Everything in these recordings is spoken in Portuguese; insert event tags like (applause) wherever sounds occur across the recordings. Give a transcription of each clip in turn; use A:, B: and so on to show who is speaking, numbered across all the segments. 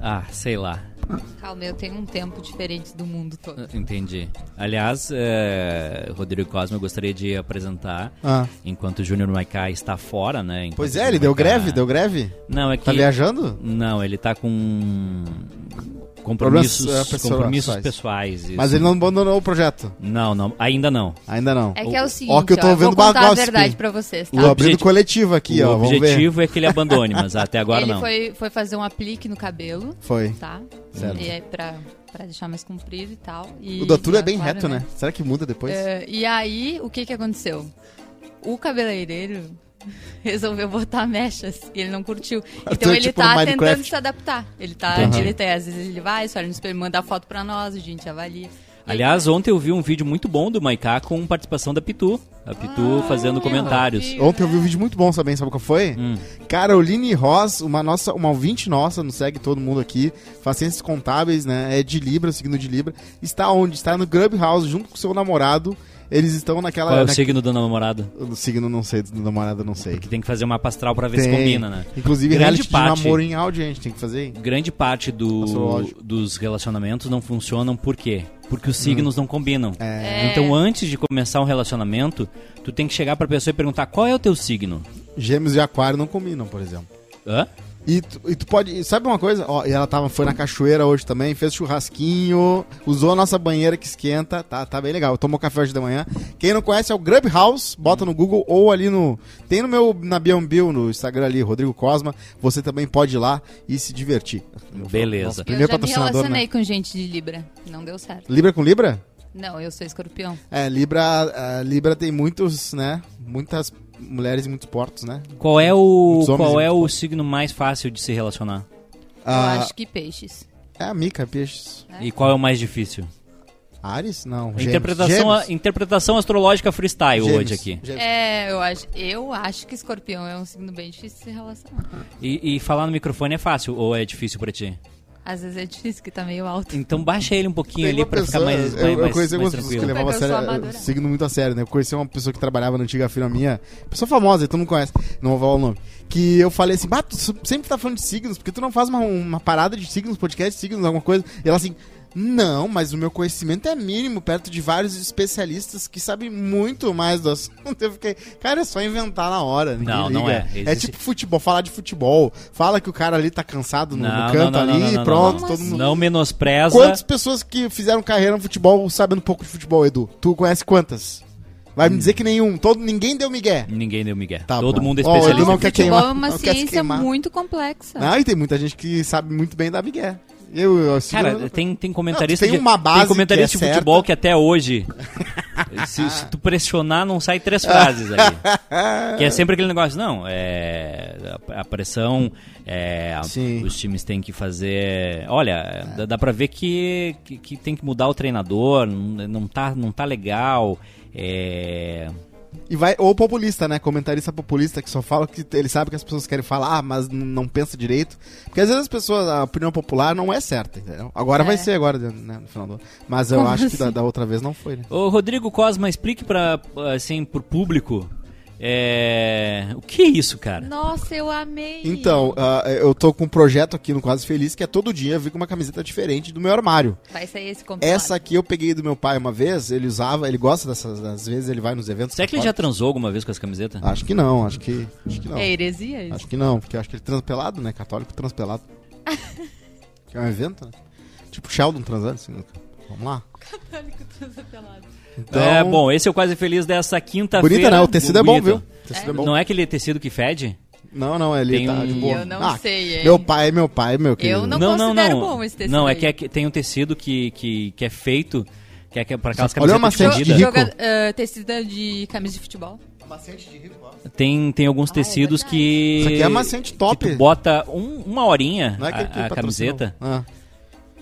A: Ah, sei lá.
B: Calma, eu tenho um tempo diferente do mundo todo.
A: Entendi. Aliás, é, Rodrigo Cosme, eu gostaria de apresentar,
C: Ah.
A: enquanto o Júnior Maiká está fora, né? enquanto
C: Pois
A: o
C: é,
A: Júnior
C: ele deu
A: Maiká-
C: greve, deu greve.
A: Não, é que...
C: Tá viajando?
A: Não, ele tá com compromissos,
C: Problemas, é, pessoa-
A: compromissos
C: pessoais.
A: pessoais. isso.
C: Mas ele não abandonou o projeto.
A: Não, não, ainda não.
C: Ainda não.
B: É que é o seguinte,
C: que eu tô
B: ó, vou
C: ouvindo
B: contar a
C: Bagosp.
B: verdade pra vocês, tá?
C: O abrindo
A: objeti-
C: coletivo aqui,
A: o
C: ó. Vamos ver.
A: objetivo é que ele abandone, mas
B: (laughs)
A: até agora
B: ele
A: não.
B: foi, foi fazer um aplique no cabelo,
C: Foi.
B: tá?
C: Certo.
B: E aí pra, pra deixar mais comprido e tal. E,
C: O do Arthur é bem
B: claro,
C: reto, né? Será que muda depois?
B: É, e aí, o que que aconteceu? O cabeleireiro (laughs) resolveu botar mechas e ele não curtiu. Então
C: é
B: ele
C: tipo
B: tá
C: no Minecraft.
B: tentando se adaptar. Ele tá,
A: Entendi.
B: ele tem, às vezes ele vai, só ele no espelho, manda a foto pra nós, a gente avalia.
A: Aliás, ontem eu vi um vídeo muito bom do Maiká com participação da Pitu. A Pitu
B: Ah,
A: fazendo comentários.
C: Ontem eu
B: né?
C: vi um vídeo muito bom, sabe, sabe qual foi?
A: Hum.
C: Caroline Ross, uma nossa, uma ouvinte nossa, nos segue todo mundo aqui, faz ciências contábeis, né? É de Libra, signo de Libra. Está onde? Está no Grubhouse, junto com seu namorado. Eles estão naquela.
A: Qual é o
C: na-
A: signo do namorado?
C: O signo não sei, do namorado não sei.
A: Que tem que fazer uma pastral pra ver se
C: Tem.
A: combina, né?
C: Inclusive,
A: Grande
C: reality
A: parte.
C: de namoro em áudio, a gente tem que fazer.
A: Grande parte do-
C: Astrológico.
A: dos relacionamentos não funcionam por quê? Porque os signos
C: Hum.
A: não combinam.
B: É.
A: Então, antes de começar um relacionamento, tu tem que chegar pra pessoa e perguntar qual é o teu signo.
C: Gêmeos e aquário não combinam, por exemplo.
A: Hã?
C: E tu, e tu pode. e Sabe uma coisa? Ó, e ela tava, foi na cachoeira hoje também, fez churrasquinho, usou a nossa banheira que esquenta, tá, tá bem legal. Tomou café hoje de manhã. Quem não conhece é o Grub House, bota no Google ou ali no. Tem no meu na Biombil, no Instagram ali, Rodrigo Cosma. Você também pode ir lá e se divertir.
A: Beleza.
B: Eu
C: Primeiro
B: já me
C: patrocinador,
B: relacionei
C: né?
B: com gente de Libra. Não deu certo.
C: Libra com Libra?
B: Não, eu sou escorpião.
C: É, Libra, a Libra tem muitos, né? Muitas mulheres e muitos portos, né?
A: Qual é o,
C: Os homens
A: qual
C: e
A: é o signo mais fácil de se relacionar?
C: Ah,
B: Eu acho que peixes.
C: É a Mica, peixes.
B: É.
A: E qual é o mais difícil?
C: Ares? Não.
A: A
C: Gêmeos.
A: Interpretação,
C: Gêmeos.
A: a- interpretação astrológica freestyle
C: Gêmeos.
A: hoje aqui.
C: Gêmeos.
B: É, eu acho, eu acho que escorpião é um signo bem difícil de se relacionar.
A: E, e falar no microfone é fácil ou é difícil pra ti?
B: Às vezes é difícil, que tá meio alto.
A: Então baixa ele um pouquinho
C: Tem
A: ali
C: É, uma
A: pra ficar
C: pessoa-
A: mais,
C: eu, eu
A: mais, mais,
C: conheci
A: mais
C: algumas pessoas que
A: tranquilo.
C: levavam a
B: Porque eu sou
C: sério,
B: amadora.
C: signo eh, muito a sério, né? Eu conheci uma pessoa que trabalhava na antiga firma minha, pessoa famosa, tu não conhece, não vou falar o nome, que eu falei assim, bah, tu sempre tá falando de signos, porque tu não faz uma, uma parada de signos, podcast de signos, alguma coisa, e ela assim, não, mas o meu conhecimento é mínimo, perto de vários especialistas que sabem muito mais do assunto. Eu fiquei, cara, é só inventar na hora. ninguém
A: Não,
C: liga.
A: não é.
C: É
A: Existe-
C: tipo futebol, falar de futebol. Fala que o cara ali tá cansado no, no
A: Não, não,
C: canto
A: não, não,
C: ali,
A: não, não,
C: pronto,
A: não.
C: todo mundo.
A: Não menospreza.
C: Quantas pessoas que fizeram carreira no futebol sabem um pouco de futebol, Edu? Tu conhece quantas? Vai
B: Hum.
C: me dizer que nenhum. Todo, ninguém deu migué.
A: Ninguém deu migué.
C: Tá
A: Todo
C: bom.
A: mundo é
C: Ó, o Edu
A: especialista.
C: não quer
B: Futebol
C: queimar-
B: é uma
C: não quer se
B: ciência
C: queimar.
B: muito complexa.
C: Não, Ah, e tem muita gente que sabe muito bem da migué. Eu, eu, eu
A: Cara,
C: eu-
A: tem, tem comentarista,
C: Não, tem
A: de-
C: uma base
A: comentarista
C: que é
A: de futebol que até
C: (laughs)
A: hoje, se, se tu pressionar, não sai três frases ali. que é sempre aquele negócio, não, é, a, a pressão, é, a-
C: Sim.
A: os times têm que fazer... Olha, dá, dá pra ver que, que, que tem que mudar o treinador, não, não tá, não tá legal, é...
C: E vai, ou populista, né? Comentarista populista que só fala que ele sabe que as pessoas querem falar, ah, mas n- não pensa direito. Porque às vezes as pessoas, a opinião popular não é certa, entendeu? Agora
B: É.
C: vai ser agora, né, no final do ano. Mas eu
B: Como
C: acho que da,
B: assim?
C: da outra vez não foi, né?
A: Ô, Rodrigo Cosma, explique para assim pro público é, o que é isso, cara?
B: Nossa, eu amei.
C: Então, ah, eu tô com um projeto aqui no Quase Feliz que é todo dia eu vir com uma camiseta diferente do meu armário.
B: Vai sair esse compilado.
C: Essa aqui eu peguei do meu pai uma vez, ele usava, ele gosta dessas, às vezes ele vai nos eventos.
A: Será que ele já transou alguma vez com essa camiseta?
C: Acho que não, acho que, acho que não.
B: É heresia isso?
C: Acho que não, porque eu acho que ele transpelado, né? Católico
A: (laughs)
C: transpelado. que é um evento, né? Tipo Sheldon transando, assim. né? Vamos lá. Então,
A: É, bom, esse é o Quase Feliz dessa quinta-feira.
C: Bonita, né? O tecido é bom,
A: Bonito.
C: viu? O tecido é bom.
A: Não é aquele tecido que fede?
C: Não, não, ele
A: Tem
C: tá de
A: um-
C: boa.
B: Eu não
C: Ah,
B: sei, hein?
C: Meu pai, meu pai, meu querido.
B: não- considero bom esse tecido
A: Não, é
B: aí.
A: que, é que tem um tecido que, que, que é feito que é que é pra aquelas
C: Olha o
A: camisetas de
C: macete de
A: corrida.
C: é rico.
B: ah, tecido de camisa de futebol.
A: Tem, tem alguns
B: Ah, é
A: tecidos
B: verdade.
A: que...
C: Isso aqui é macete top.
A: Que tu bota um- uma horinha
C: Não é que
A: a-
C: ele
A: a,
C: patrocinou.
A: camiseta
C: Ah.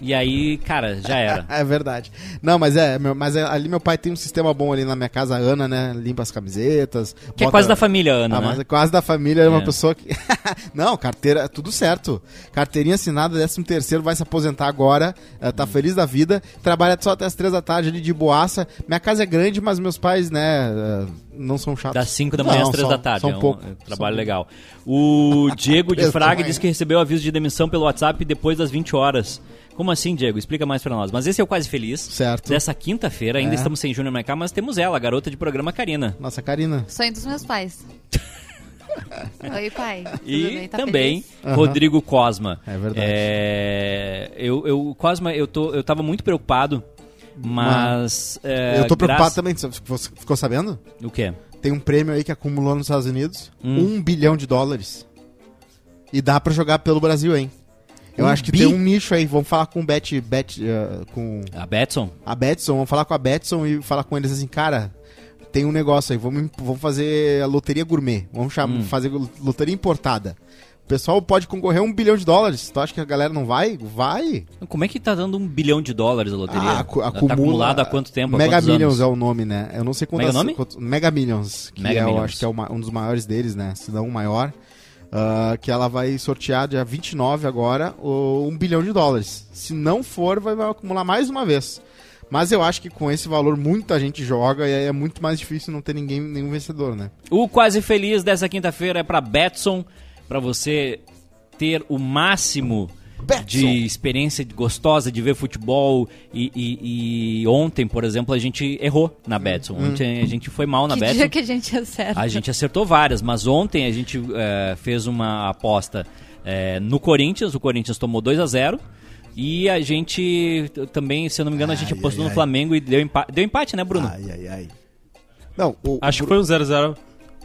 A: e aí, cara, já era.
C: (laughs) É verdade. Não, mas é, meu- mas é, ali meu pai tem um sistema bom ali na minha casa, a Ana, né? Limpa as camisetas.
A: Que é
C: bota-
A: quase da família, Ana,
C: Ah,
A: né?
C: mas é quase da família, é uma
A: É.
C: pessoa que. (laughs) não, carteira, é tudo certo. Carteirinha assinada, 13 terceiro, vai se aposentar agora, eh,
A: Hum.
C: tá feliz da vida, trabalha só até as três da tarde ali de boaça. Minha casa é grande, mas meus pais, né, eh, não são chatos.
A: Das 5 da
C: Não,
A: manhã às
C: não,
A: 3
C: são-
A: da tarde.
C: São
A: é um
C: pouco.
A: trabalho legal. O Diego
C: (laughs)
A: de
C: Três da
A: Fraga
C: manhã.
A: disse que recebeu aviso de demissão pelo WhatsApp depois das 20 horas. Como assim, Diego? Explica mais pra nós. Mas esse é o Quase Feliz.
C: Certo.
A: Dessa quinta-feira, ainda
C: É.
A: estamos sem Júnior Maiká, mas temos ela, a garota de programa Karina.
C: Nossa, Karina.
B: Sonho dos meus
C: (laughs)
B: pais. Oi, pai. Tudo
A: E
B: bem? Tá
A: também
B: feliz?
C: Aham.
A: Rodrigo Cosma.
C: É verdade.
A: É, eu, eu, Cosma, eu, tô, eu tava muito preocupado, mas. é,
C: eu tô preocupado
A: graça-
C: também. Você você ficou sabendo?
A: O quê?
C: Tem um prêmio aí que acumulou nos Estados Unidos.
A: Hum.
C: Um bilhão de dólares. E dá pra jogar pelo Brasil, hein? Eu
A: Um
C: acho que
A: bi?
C: tem um nicho aí. Vamos falar com o Bet, Bet, eh, com
A: A Betson?
C: a Betson. Vamos falar com a Betson e falar com eles assim, cara... Tem um negócio aí, vamos, imp- vamos fazer a loteria gourmet. Vamos chamar,
A: Hum.
C: fazer lo- loteria importada. O pessoal pode concorrer a um bilhão de dólares. Tu acha que a galera não vai? Vai!
A: Como é que tá dando um bilhão de dólares a loteria?
C: Ah, acu- acumula-
A: Tá acumulado há quanto tempo? Há
C: Mega
A: quantos
C: Millions
A: anos? é
C: é o nome, né? Eu não sei quantas,
A: Mega nome?
C: quantos- Mega Millions, que
A: Mega
C: é, eu
A: Millions.
C: acho que é o ma- um dos maiores deles, né? Se não o maior. Ah, que ela vai sortear dia 29 agora o- um bilhão de dólares. Se não for, vai, vai acumular mais uma vez. Mas eu acho que com esse valor muita gente joga e aí é muito mais difícil não ter ninguém, nenhum vencedor, né?
A: O Quase Feliz dessa quinta-feira é pra Betson, pra você ter o máximo
C: Betson.
A: de experiência gostosa de ver futebol. E, e- e ontem, por exemplo, a gente errou na Betson.
C: Hum.
A: Ontem a gente foi mal na
B: que
A: Betson.
B: dia que a gente acerta?
A: A gente acertou várias, mas ontem a gente eh, fez uma aposta eh, no Corinthians, o Corinthians tomou 2 a 0 e a gente t- também, se eu não me engano, a gente
C: Ai,
A: apostou
C: ai,
A: no
C: ai.
A: Flamengo e deu empate. Deu empate, né, Bruno?
C: ai, ai. Não, o,
D: Acho que foi um 0x0.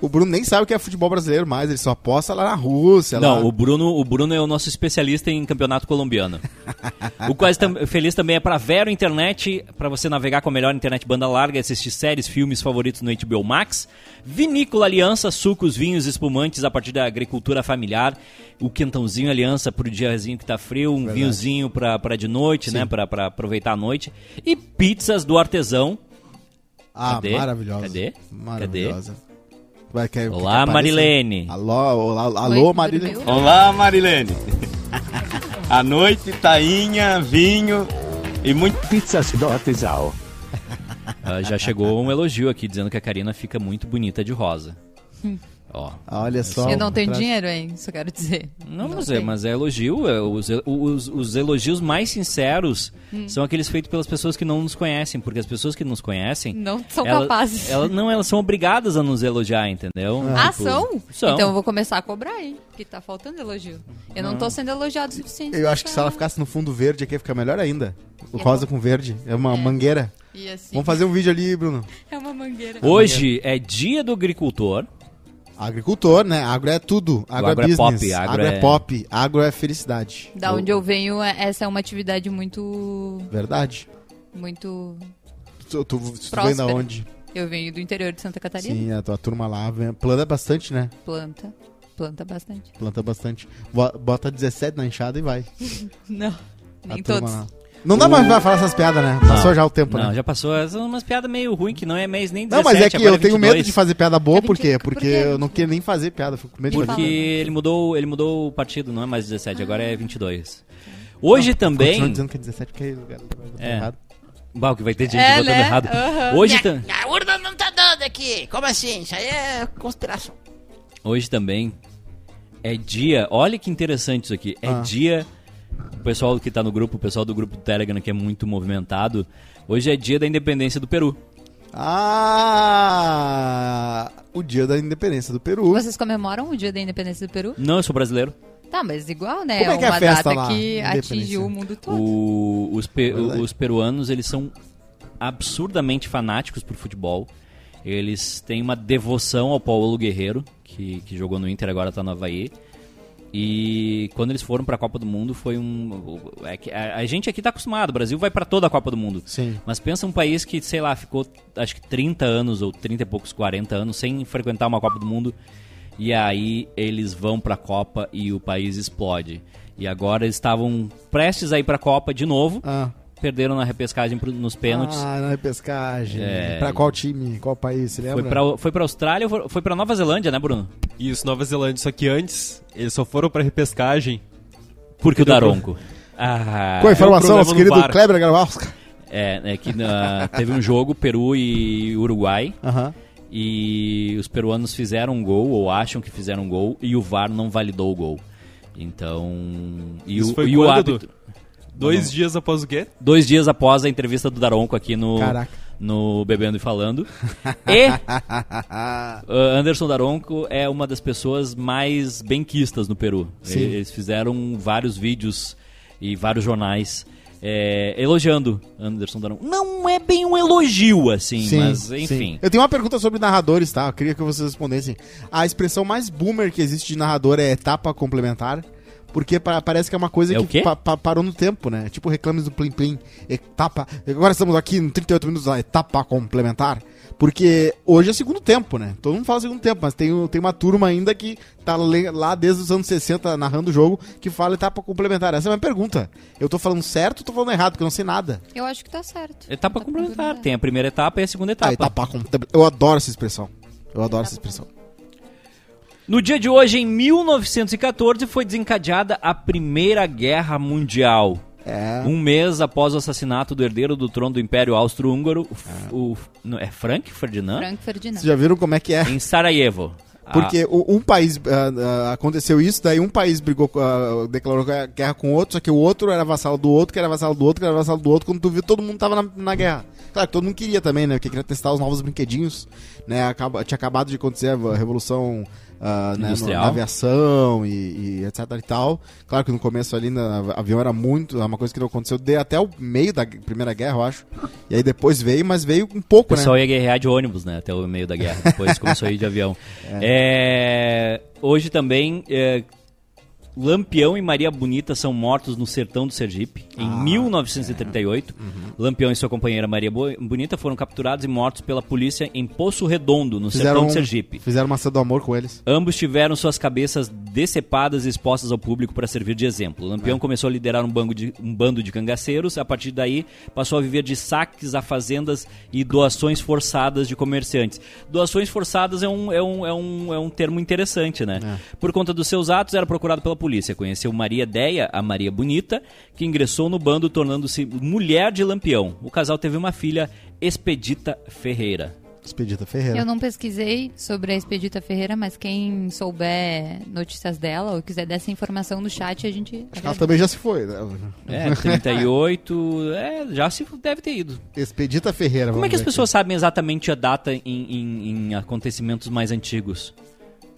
C: o Bruno nem sabe o que é futebol brasileiro mais, ele só aposta lá na Rússia. lá...
A: Não, o Bruno, o Bruno é o nosso especialista em campeonato colombiano. o Quase Tam- Feliz também é para Vero Internet, para você navegar com a melhor internet banda larga, assistir séries, filmes favoritos no HBO Max. Vinícola Aliança, sucos, vinhos, espumantes a partir da agricultura familiar. O quentãozinho Aliança pro diazinho que tá frio, um vinhozinho pra, pra de noite, né, pra, pra aproveitar a noite. E pizzas do artesão.
C: Ah,
A: Cadê?
C: maravilhosa.
A: Cadê?
C: Maravilhosa. Vai,
A: Olá,
C: quer, quer que apareça?
A: Marilene.
C: Alô, olá,
B: Oi,
C: alô Marilene.
B: dormiu?
D: Olá, Marilene. (laughs) À noite, tainha, vinho e muito...
E: Pizzas do artesão.
A: Ah, já chegou um elogio aqui dizendo que a Karina fica muito bonita de rosa. Ó,
C: Olha só.
B: Eu não tenho
C: Atrás-
B: dinheiro, hein? Isso eu quero dizer.
A: Não, mas, é,
B: tem.
A: mas é elogio. é, os, el- os- os elogios mais sinceros
B: Hum.
A: são aqueles feitos pelas pessoas que não nos conhecem, porque as pessoas que nos conhecem.
B: Não são
A: elas-
B: capazes.
A: elas- não, elas são obrigadas a nos elogiar, entendeu?
B: Ah,
A: Tipo,
B: são?
A: São.
B: Então eu vou começar a cobrar, hein? Porque tá faltando elogio. Eu não, tô sendo elogiado o suficiente.
C: Eu acho que se
B: pra-
C: ela ficasse no fundo verde aqui, ia ficar melhor ainda. O rosa com verde. É uma mangueira.
B: E assim,
C: Vamos fazer um vídeo ali, Bruno.
B: é uma mangueira.
A: Hoje é dia do agricultor.
C: Agricultor, né? Agro é tudo. Agro,
A: agro
C: é
A: é
C: business.
A: pop, agro
C: Agro é
A: é-
C: pop. Agro é felicidade.
B: Da onde eu venho, é- essa é uma atividade muito...
C: Verdade.
B: Muito...
C: Tu, tu, tu vem
B: Próspera.
C: da onde?
B: Eu venho do interior de Santa Catarina.
C: Sim, a tua turma lá vem- planta bastante, né?
B: Planta. Planta bastante.
C: Planta bastante. Bo- Bota 17 na enxada e vai.
B: Não,
C: A
B: nem
C: turma
B: todos.
C: lá. Não dá mais pra falar essas piadas, né? Passou já o tempo, né?
A: Não, já passou. São umas piadas meio ruins que não é mês nem 17,
C: Não, mas é que
A: agora
C: eu tenho
A: 22,
C: medo de fazer piada boa,
B: É 20,
C: por quê?
B: por
C: Porque
B: quê?
C: eu não queria nem fazer piada, fico com medo de
A: Porque
C: fazer. piada.
A: ele mudou, ele mudou o partido, não é mais 17, agora é 22.
B: Ah, tá.
A: Hoje também.
C: Continua dizendo que é 17, porque aí o cara vai botar
A: É.
C: errado.
A: Bah, o que vai ter gente
B: É,
A: votando
B: né?
A: errado.
B: Aham.
A: Hoje também.
F: A urna não tá dando aqui. Como assim? Isso aí é conspiração.
A: Hoje também é dia. Olha que interessante isso aqui. É
C: Ah.
A: dia. O pessoal que tá no grupo, o pessoal do grupo do Telegram que é muito movimentado. Hoje é dia da independência do Peru.
C: Ah! O dia da independência do Peru.
B: Vocês comemoram o dia da independência do Peru?
A: Não, eu sou brasileiro.
B: Tá, mas igual, né?
C: Como é que é a
B: uma
C: festa
B: data
C: lá,
B: que
C: independência?
B: atingiu o mundo todo.
A: O- os, pe-
C: Verdade.
A: os peruanos, eles são absurdamente fanáticos por futebol. Eles têm uma devoção ao Paulo Guerreiro, que, que jogou no Inter, agora tá no Havaí. E quando eles foram pra Copa do Mundo, foi um. é que a, a gente aqui tá acostumado, o Brasil vai pra toda a Copa do Mundo.
C: Sim.
A: Mas pensa um país que, sei lá, ficou acho que 30 anos ou 30 e poucos, 40 anos sem frequentar uma Copa do Mundo. E aí eles vão pra Copa e o país explode. E agora eles estavam prestes a ir pra Copa de novo,
C: Ah,
A: perderam na repescagem pro- nos pênaltis.
C: ah na pescagem.
A: É.
C: Pra qual time? Qual país? Você lembra?
A: foi, pra, foi pra Austrália ou foi- foi pra Nova Zelândia, né, Bruno?
D: Isso, Nova Zelândia. Só que antes, eles só foram pra repescagem.
A: Porque o
D: Deu pro-
A: Daronco. Ah,
C: Com a
D: Deu
C: informação,
D: problema
C: nosso
D: no
C: querido
D: VAR.
C: Kleber Gravausca.
A: é, é que ah, teve um jogo Peru e Uruguai.
C: Aham.
A: E e os peruanos fizeram um gol, ou acham que fizeram um gol, e o VAR não validou o gol. Então. E
D: Isso
A: o,
D: foi
A: e o
D: quando,
A: árbitro.
D: Dois dias após o quê?
A: Dois dias após a entrevista do Daronco aqui no,
C: Caraca.
A: no Bebendo e
C: (laughs)
A: Falando. E
C: Ah,
A: Uh, Anderson Daronco é uma das pessoas mais benquistas no Peru.
C: Sim.
A: E- Eles fizeram vários vídeos e vários jornais é, elogiando Anderson Daronco. Não é bem um elogio, assim, mas enfim.
C: sim. Eu tenho uma pergunta sobre narradores, tá? Eu queria que vocês respondessem. A expressão mais boomer que existe de narrador é etapa complementar. Porque pa- parece que é uma coisa
A: É o
C: que
A: quê?
C: pa- pa- parou no tempo, né? Tipo reclames do Plim Plim, etapa. Agora estamos aqui em 38 minutos na etapa complementar. Porque hoje é segundo tempo, né? Todo mundo fala segundo tempo, mas tem, o- tem uma turma ainda que tá le- lá desde os anos 60 narrando o jogo que fala etapa complementar. Essa é a minha pergunta. Eu tô falando certo ou tô falando errado? Porque eu não sei nada.
B: Eu acho que tá certo.
A: Etapa
B: Tá
A: É, complementar.
B: complementar.
A: Tem a primeira etapa e a segunda etapa.
C: Ah, etapa complementar. Eu adoro essa expressão. Eu adoro essa expressão.
A: No dia de hoje, em 1914, foi desencadeada a Primeira Guerra Mundial.
C: É.
A: Um mês após o assassinato do herdeiro do trono do Império Austro-Húngaro, o F- o, não, é Frank Ferdinand?
B: Frank Ferdinand.
C: Vocês já viram como é que é?
A: Em Sarajevo.
C: Porque o- um país ah, ah, aconteceu isso, daí um país brigou, com- ah, declarou gu- guerra com o outro, só que o outro era vassalo do outro, que era vassalo do outro, que era vassalo do outro. Quando tu viu, todo mundo tava na, na guerra. Claro, que todo mundo queria também, né? Porque queria testar os novos brinquedinhos, né? Acaba- tinha acabado de acontecer a revolução ah, né, no-
A: Industrial.
C: na aviação e, e etc e tal. Claro que no começo ali, na, avião era muito, é uma coisa que não aconteceu de, até o meio da gu- primeira guerra, eu acho. E aí depois veio, mas veio um pouco,
A: O
C: né?
A: pessoal ia guerrear de ônibus, né? Até o meio da guerra.
C: (laughs)
A: Depois começou a ir de avião. É, Hoje também, é, Lampião e Maria Bonita são mortos no sertão do Sergipe, em
C: Ah,
A: 1938.
C: é. Uhum.
A: Lampião e sua companheira Maria Bo- Bonita foram capturados e mortos pela polícia em Poço Redondo, no
C: um
A: sertão do Sergipe.
C: Fizeram uma cena do amor com eles.
A: Ambos tiveram suas cabeças decepadas e expostas ao público para servir de exemplo. Lampião começou a liderar um, banco de- um bando de cangaceiros. A partir daí, passou a viver de saques a fazendas e doações forçadas de comerciantes. Doações forçadas é um, é um, é um, é um termo interessante, né? Por conta dos seus atos, era procurado pela polícia. Conheceu Maria Deia, a Maria Bonita, que ingressou no bando, tornando-se mulher de Lampião. O casal teve uma filha, Expedita Ferreira.
C: Expedita Ferreira.
B: Eu não pesquisei sobre a Expedita Ferreira, mas quem souber notícias dela ou quiser dessa informação no chat, a gente.
C: Ela também já se foi, né?
A: É, 38. é, já se deve ter ido.
C: Expedita Ferreira.
A: Como é
C: vamos
A: que as
C: ver
A: pessoas sabem exatamente a data em, em- em acontecimentos mais antigos?
C: aqui.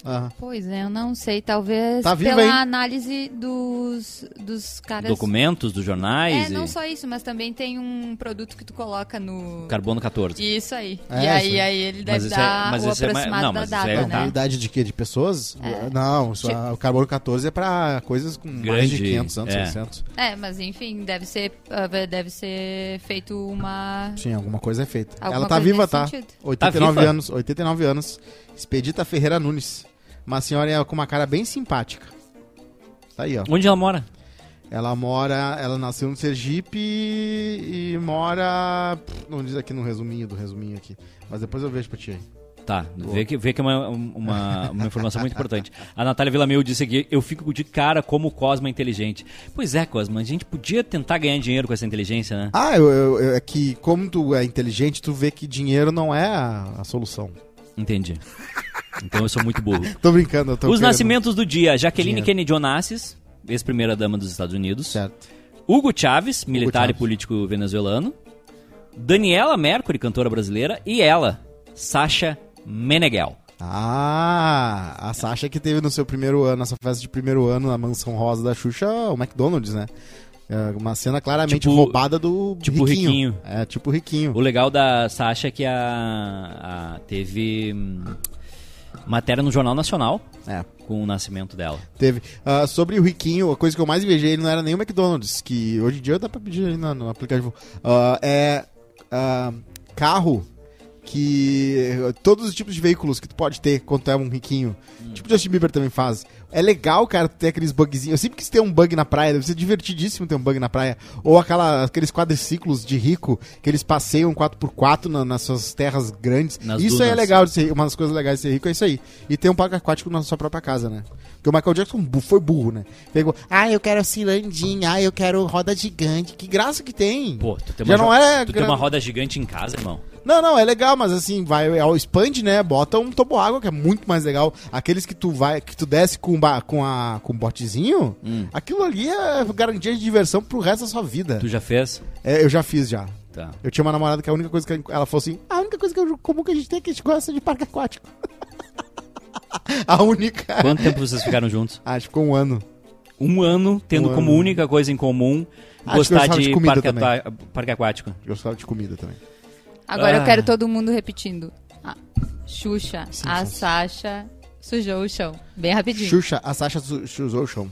C: Aham.
B: Pois é, eu não sei. Talvez
C: Tá viva,
B: pela
C: hein?
B: análise dos, dos caras.
A: Documentos dos jornais
B: É,
A: e
B: não só isso, mas também tem um produto que tu coloca no.
A: carbono 14.
B: Isso aí.
C: É,
B: e
C: isso
B: aí,
C: aí.
B: aí ele deve
A: Mas isso é-
B: dar
A: mas
B: o
A: isso é mais-
B: aproximado
A: não,
B: da
A: mas isso
B: data,
A: é-
B: né?
A: tá.
C: Ah, Idade de quê? De pessoas? Não, só-
B: Tipo-
C: o carbono 14 é pra coisas com mais
A: Grande,
C: de 500 anos,
A: é.
C: 600.
B: É, mas enfim, deve ser, ah, deve ser feito uma.
C: Sim, alguma coisa é feita.
B: Alguma
C: Ela tá
B: coisa
C: viva,
B: nesse
C: tá?
B: sentido.
C: 89
A: viva?
C: anos, 89 anos. Expedita Ferreira Nunes. Uma senhora é com uma cara bem simpática. Tá aí, ó.
A: Onde ela mora?
C: Ela mora, ela nasceu no Sergipe e mora, pff, não diz aqui no resuminho do resuminho aqui, mas depois eu vejo pra ti aí.
A: Tá, vê que, vê que é uma, uma, uma informação muito importante. A Natália Villamil disse aqui, eu fico de cara como o Cosma é inteligente. Pois é, Cosma, a gente podia tentar ganhar dinheiro com essa inteligência, né?
C: Ah, eu, eu- eu- é que como tu é inteligente, tu vê que dinheiro não é a, a solução.
A: Entendi. Então eu sou muito burro.
C: Tô brincando, eu (laughs) tô
A: Os
C: querendo-
A: nascimentos do dia, Jaqueline
C: Dinheiro.
A: Kennedy Onassis, ex-primeira-dama dos Estados Unidos.
C: Certo.
A: Hugo Chávez, militar
C: Chávez.
A: e político venezuelano. Daniela Mercury, cantora brasileira. E ela, Sasha Meneghel.
C: Ah, a Sasha que teve no seu primeiro ano, nessa festa de primeiro ano na mansão rosa da Xuxa, o McDonald's, né? É uma cena claramente
A: Tipo-
C: roubada do
A: tipo
C: riquinho.
A: Riquinho.
C: É, tipo riquinho.
A: O legal da Sasha é que a, a- teve hum, matéria no Jornal Nacional
C: É.
A: com o nascimento dela.
C: Teve. Ah, sobre o Riquinho, a coisa que eu mais invejei ele não era nem o McDonald's, que hoje em dia dá pra pedir ali no, no aplicativo. Ah, é ah, carro que. Todos os tipos de veículos que tu pode ter quando tu é um riquinho.
A: Hum.
C: Tipo o Justin Bieber também faz. É legal, cara, ter aqueles bugzinhos. Eu sempre quis ter um bug na praia, deve ser divertidíssimo ter um bug na praia. Ou aquela, aqueles quadriciclos de rico que eles passeiam 4x4 na- nas suas terras grandes.
A: Nas
C: isso aí é
A: dunas.
C: legal legal de ser- uma das coisas legais de ser rico é isso aí. E ter um parque aquático na sua própria casa, né? Porque o Michael Jackson bu- foi burro, né? Pegou, ah, eu quero cilandinha, ah, eu quero roda gigante. Que graça que tem.
A: Pô, tu tem
C: Já
A: uma,
C: não
A: jo-
C: é
A: tu tem
C: gran-
A: uma roda gigante em casa, irmão?
C: Não, não, é legal, mas assim, vai ao expande, né? Bota um tobo água, que é muito mais legal. Aqueles que tu vai, que tu desce com, ba- com, a, com um botezinho, aquilo ali é garantia de diversão pro resto da sua vida.
A: Hum. Tu já fez?
C: É, eu já fiz já.
A: (laughs) Tá.
C: Eu tinha uma namorada que a única coisa que ela falou assim: a única coisa que eu, comum que a gente tem é que a gente gosta de parque aquático. (laughs) a única.
A: Quanto tempo vocês ficaram juntos?
C: Ah, ficou um ano.
A: Um ano, tendo
C: Um
A: como
C: ano.
A: única coisa em comum
C: Acho que
A: gostar
C: gostava de
A: de,
C: comida
A: parque,
C: também.
A: ata- parque aquático.
C: Eu gostava de comida também.
B: Agora
A: Ah.
B: eu quero todo mundo repetindo. A Xuxa, a
C: Simpsons.
B: Sasha sujou o chão. Bem rapidinho.
C: Xuxa, a Sasha su- sujou o chão.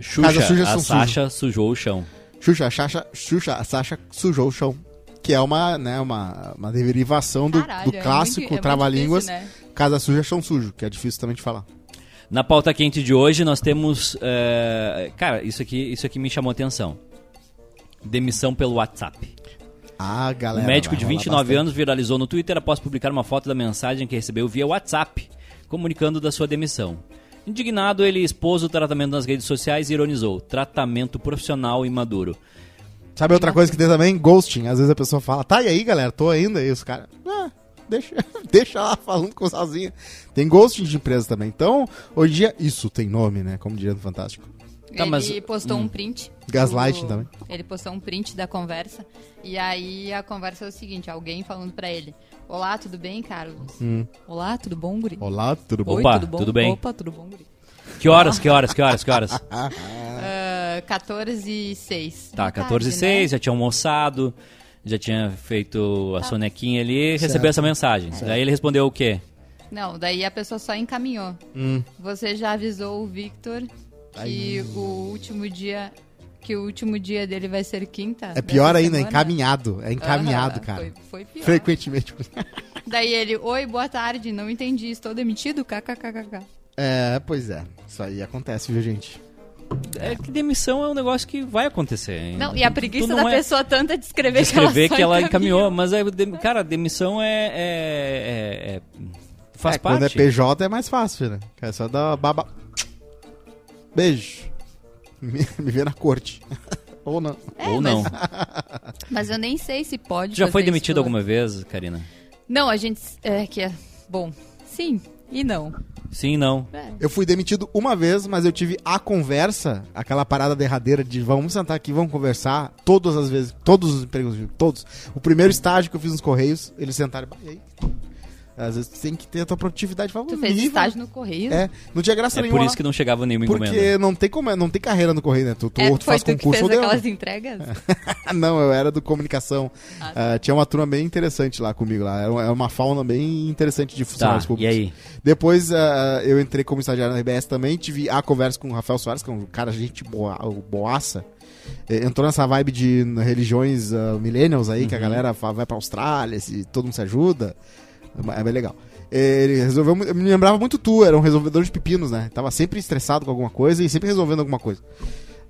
A: Xuxa,
C: suja
A: a
C: são
A: Sasha sujou o chão.
C: Xuxa, a Sasha, Xuxa, a Sasha sujou o chão. Que é uma, né, uma, uma derivação do,
B: Caralho,
C: do
B: é
C: clássico
B: muito- é muito
C: trava-línguas.
B: difícil, né?
C: Casa suja, chão sujo, que é difícil também de falar.
A: Na pauta quente de hoje nós temos. eh, Cara, isso aqui, isso aqui me chamou atenção. Demissão pelo WhatsApp.
C: Ah, galera.
A: um médico
C: vai
A: de
C: rolar
A: 29
C: bastante.
A: anos viralizou no Twitter após publicar uma foto da mensagem que recebeu via WhatsApp, comunicando da sua demissão. Indignado, ele expôs o tratamento nas redes sociais e ironizou: tratamento profissional e maduro.
C: Sabe outra coisa que tem também? Ghosting. Às vezes a pessoa fala, tá, e aí, galera? Tô ainda. E os caras, ah, deixa, (laughs) deixa ela falando com sozinha. Tem ghosting de empresa também. Então, hoje em dia, isso tem nome, né? Como diria no Fantástico.
A: Tá,
B: ele
A: mas-
B: postou um print.
C: Gaslighting
B: do-
C: também.
B: Ele postou um print da conversa. E aí a conversa é o seguinte: alguém falando pra ele: Olá, tudo bem, Carlos? Olá, tudo bom, Guri?
C: Olá, tudo bom?
B: Oi,
A: Opa,
B: tudo bom?
A: tudo bem?
B: Opa, tudo bom, Guri?
A: Que horas, que horas, que horas, que
B: (laughs)
A: horas?
B: Ah, 14 e 6.
A: Tá, 14 e 6,
B: né?
A: já tinha almoçado, já tinha feito a
B: Tá.
A: sonequinha ali, recebeu essa mensagem.
B: É.
A: Daí ele respondeu o quê?
B: Não, daí a pessoa só encaminhou.
C: Hum.
B: Você já avisou o Victor que o último dia que o último dia dele vai ser quinta?
C: É pior
B: dessa
C: ainda, é
B: semana?
C: encaminhado. É encaminhado,
B: Aham,
C: cara.
B: Foi, foi pior.
C: Frequentemente.
B: Daí ele, oi, boa tarde, não entendi, estou demitido? KKKKK.
C: É, pois é. Isso aí acontece, viu, gente?
A: É que demissão é um negócio que vai acontecer. hein?
B: Não, e a
A: Hum. Tu- tu
B: preguiça
A: não
B: da
A: é-
B: pessoa tanta de escrever,
A: escrever
B: só
A: que ela encaminhou, mas é, dem- cara, demissão é, é- é- é- faz
C: É, Quando é
A: parte.
C: PJ é mais fácil, né? É só dar baba. Beijo. Me, (laughs) me vê na corte. Ou não.
B: É,
A: Ou não.
B: Mas eu nem sei se pode.
A: Tu já
B: fazer
A: foi
B: é isso né?
A: demitido
B: pela-
A: alguma vez, Karina?
B: Não, a gente. É que é. Bom, sim e não.
A: Sim, não.
B: É.
C: Eu fui demitido uma vez, mas eu tive a conversa, aquela parada derradeira de vamos sentar aqui, vamos conversar, todas as vezes, todos os empregos, todos. O primeiro estágio que eu fiz nos Correios, eles sentaram e "E aí? Às vezes tem que ter a tua produtividade. Fala,
B: Tu
C: "Um
B: fez
C: nível."
B: estágio no correio?
C: É, não tinha graça
A: É
C: nenhuma.
A: por isso que não chegava nenhuma encomenda.
C: porque não tem, como, não tem carreira no Correio, né? Tu, tu, ou tu
B: É, foi
C: faz
B: tu que
C: concurso
B: fez
C: ou deu.
B: aquelas entregas?
C: Ah, (laughs) Não, eu era do comunicação.
B: Ah,
C: Ah, tinha uma turma bem interessante lá comigo. lá. Era uma- era uma fauna bem interessante de
A: Tá,
C: funcionários
A: e
C: públicos. (laughs)
A: aí?
C: Depois ah, eu entrei como estagiário na RBS também. Tive a conversa com o Rafael Soares, que é um cara, gente boa, o boaça. Eh, Entrou nessa vibe de religiões ah, millennials aí,
A: Uhum.
C: que a galera fa- vai pra Austrália, se todo mundo se ajuda. É bem legal. Ele resolveu. mu- Eu me lembrava muito tu, era um resolvedor de pepinos, né? Tava sempre estressado com alguma coisa e sempre resolvendo alguma coisa.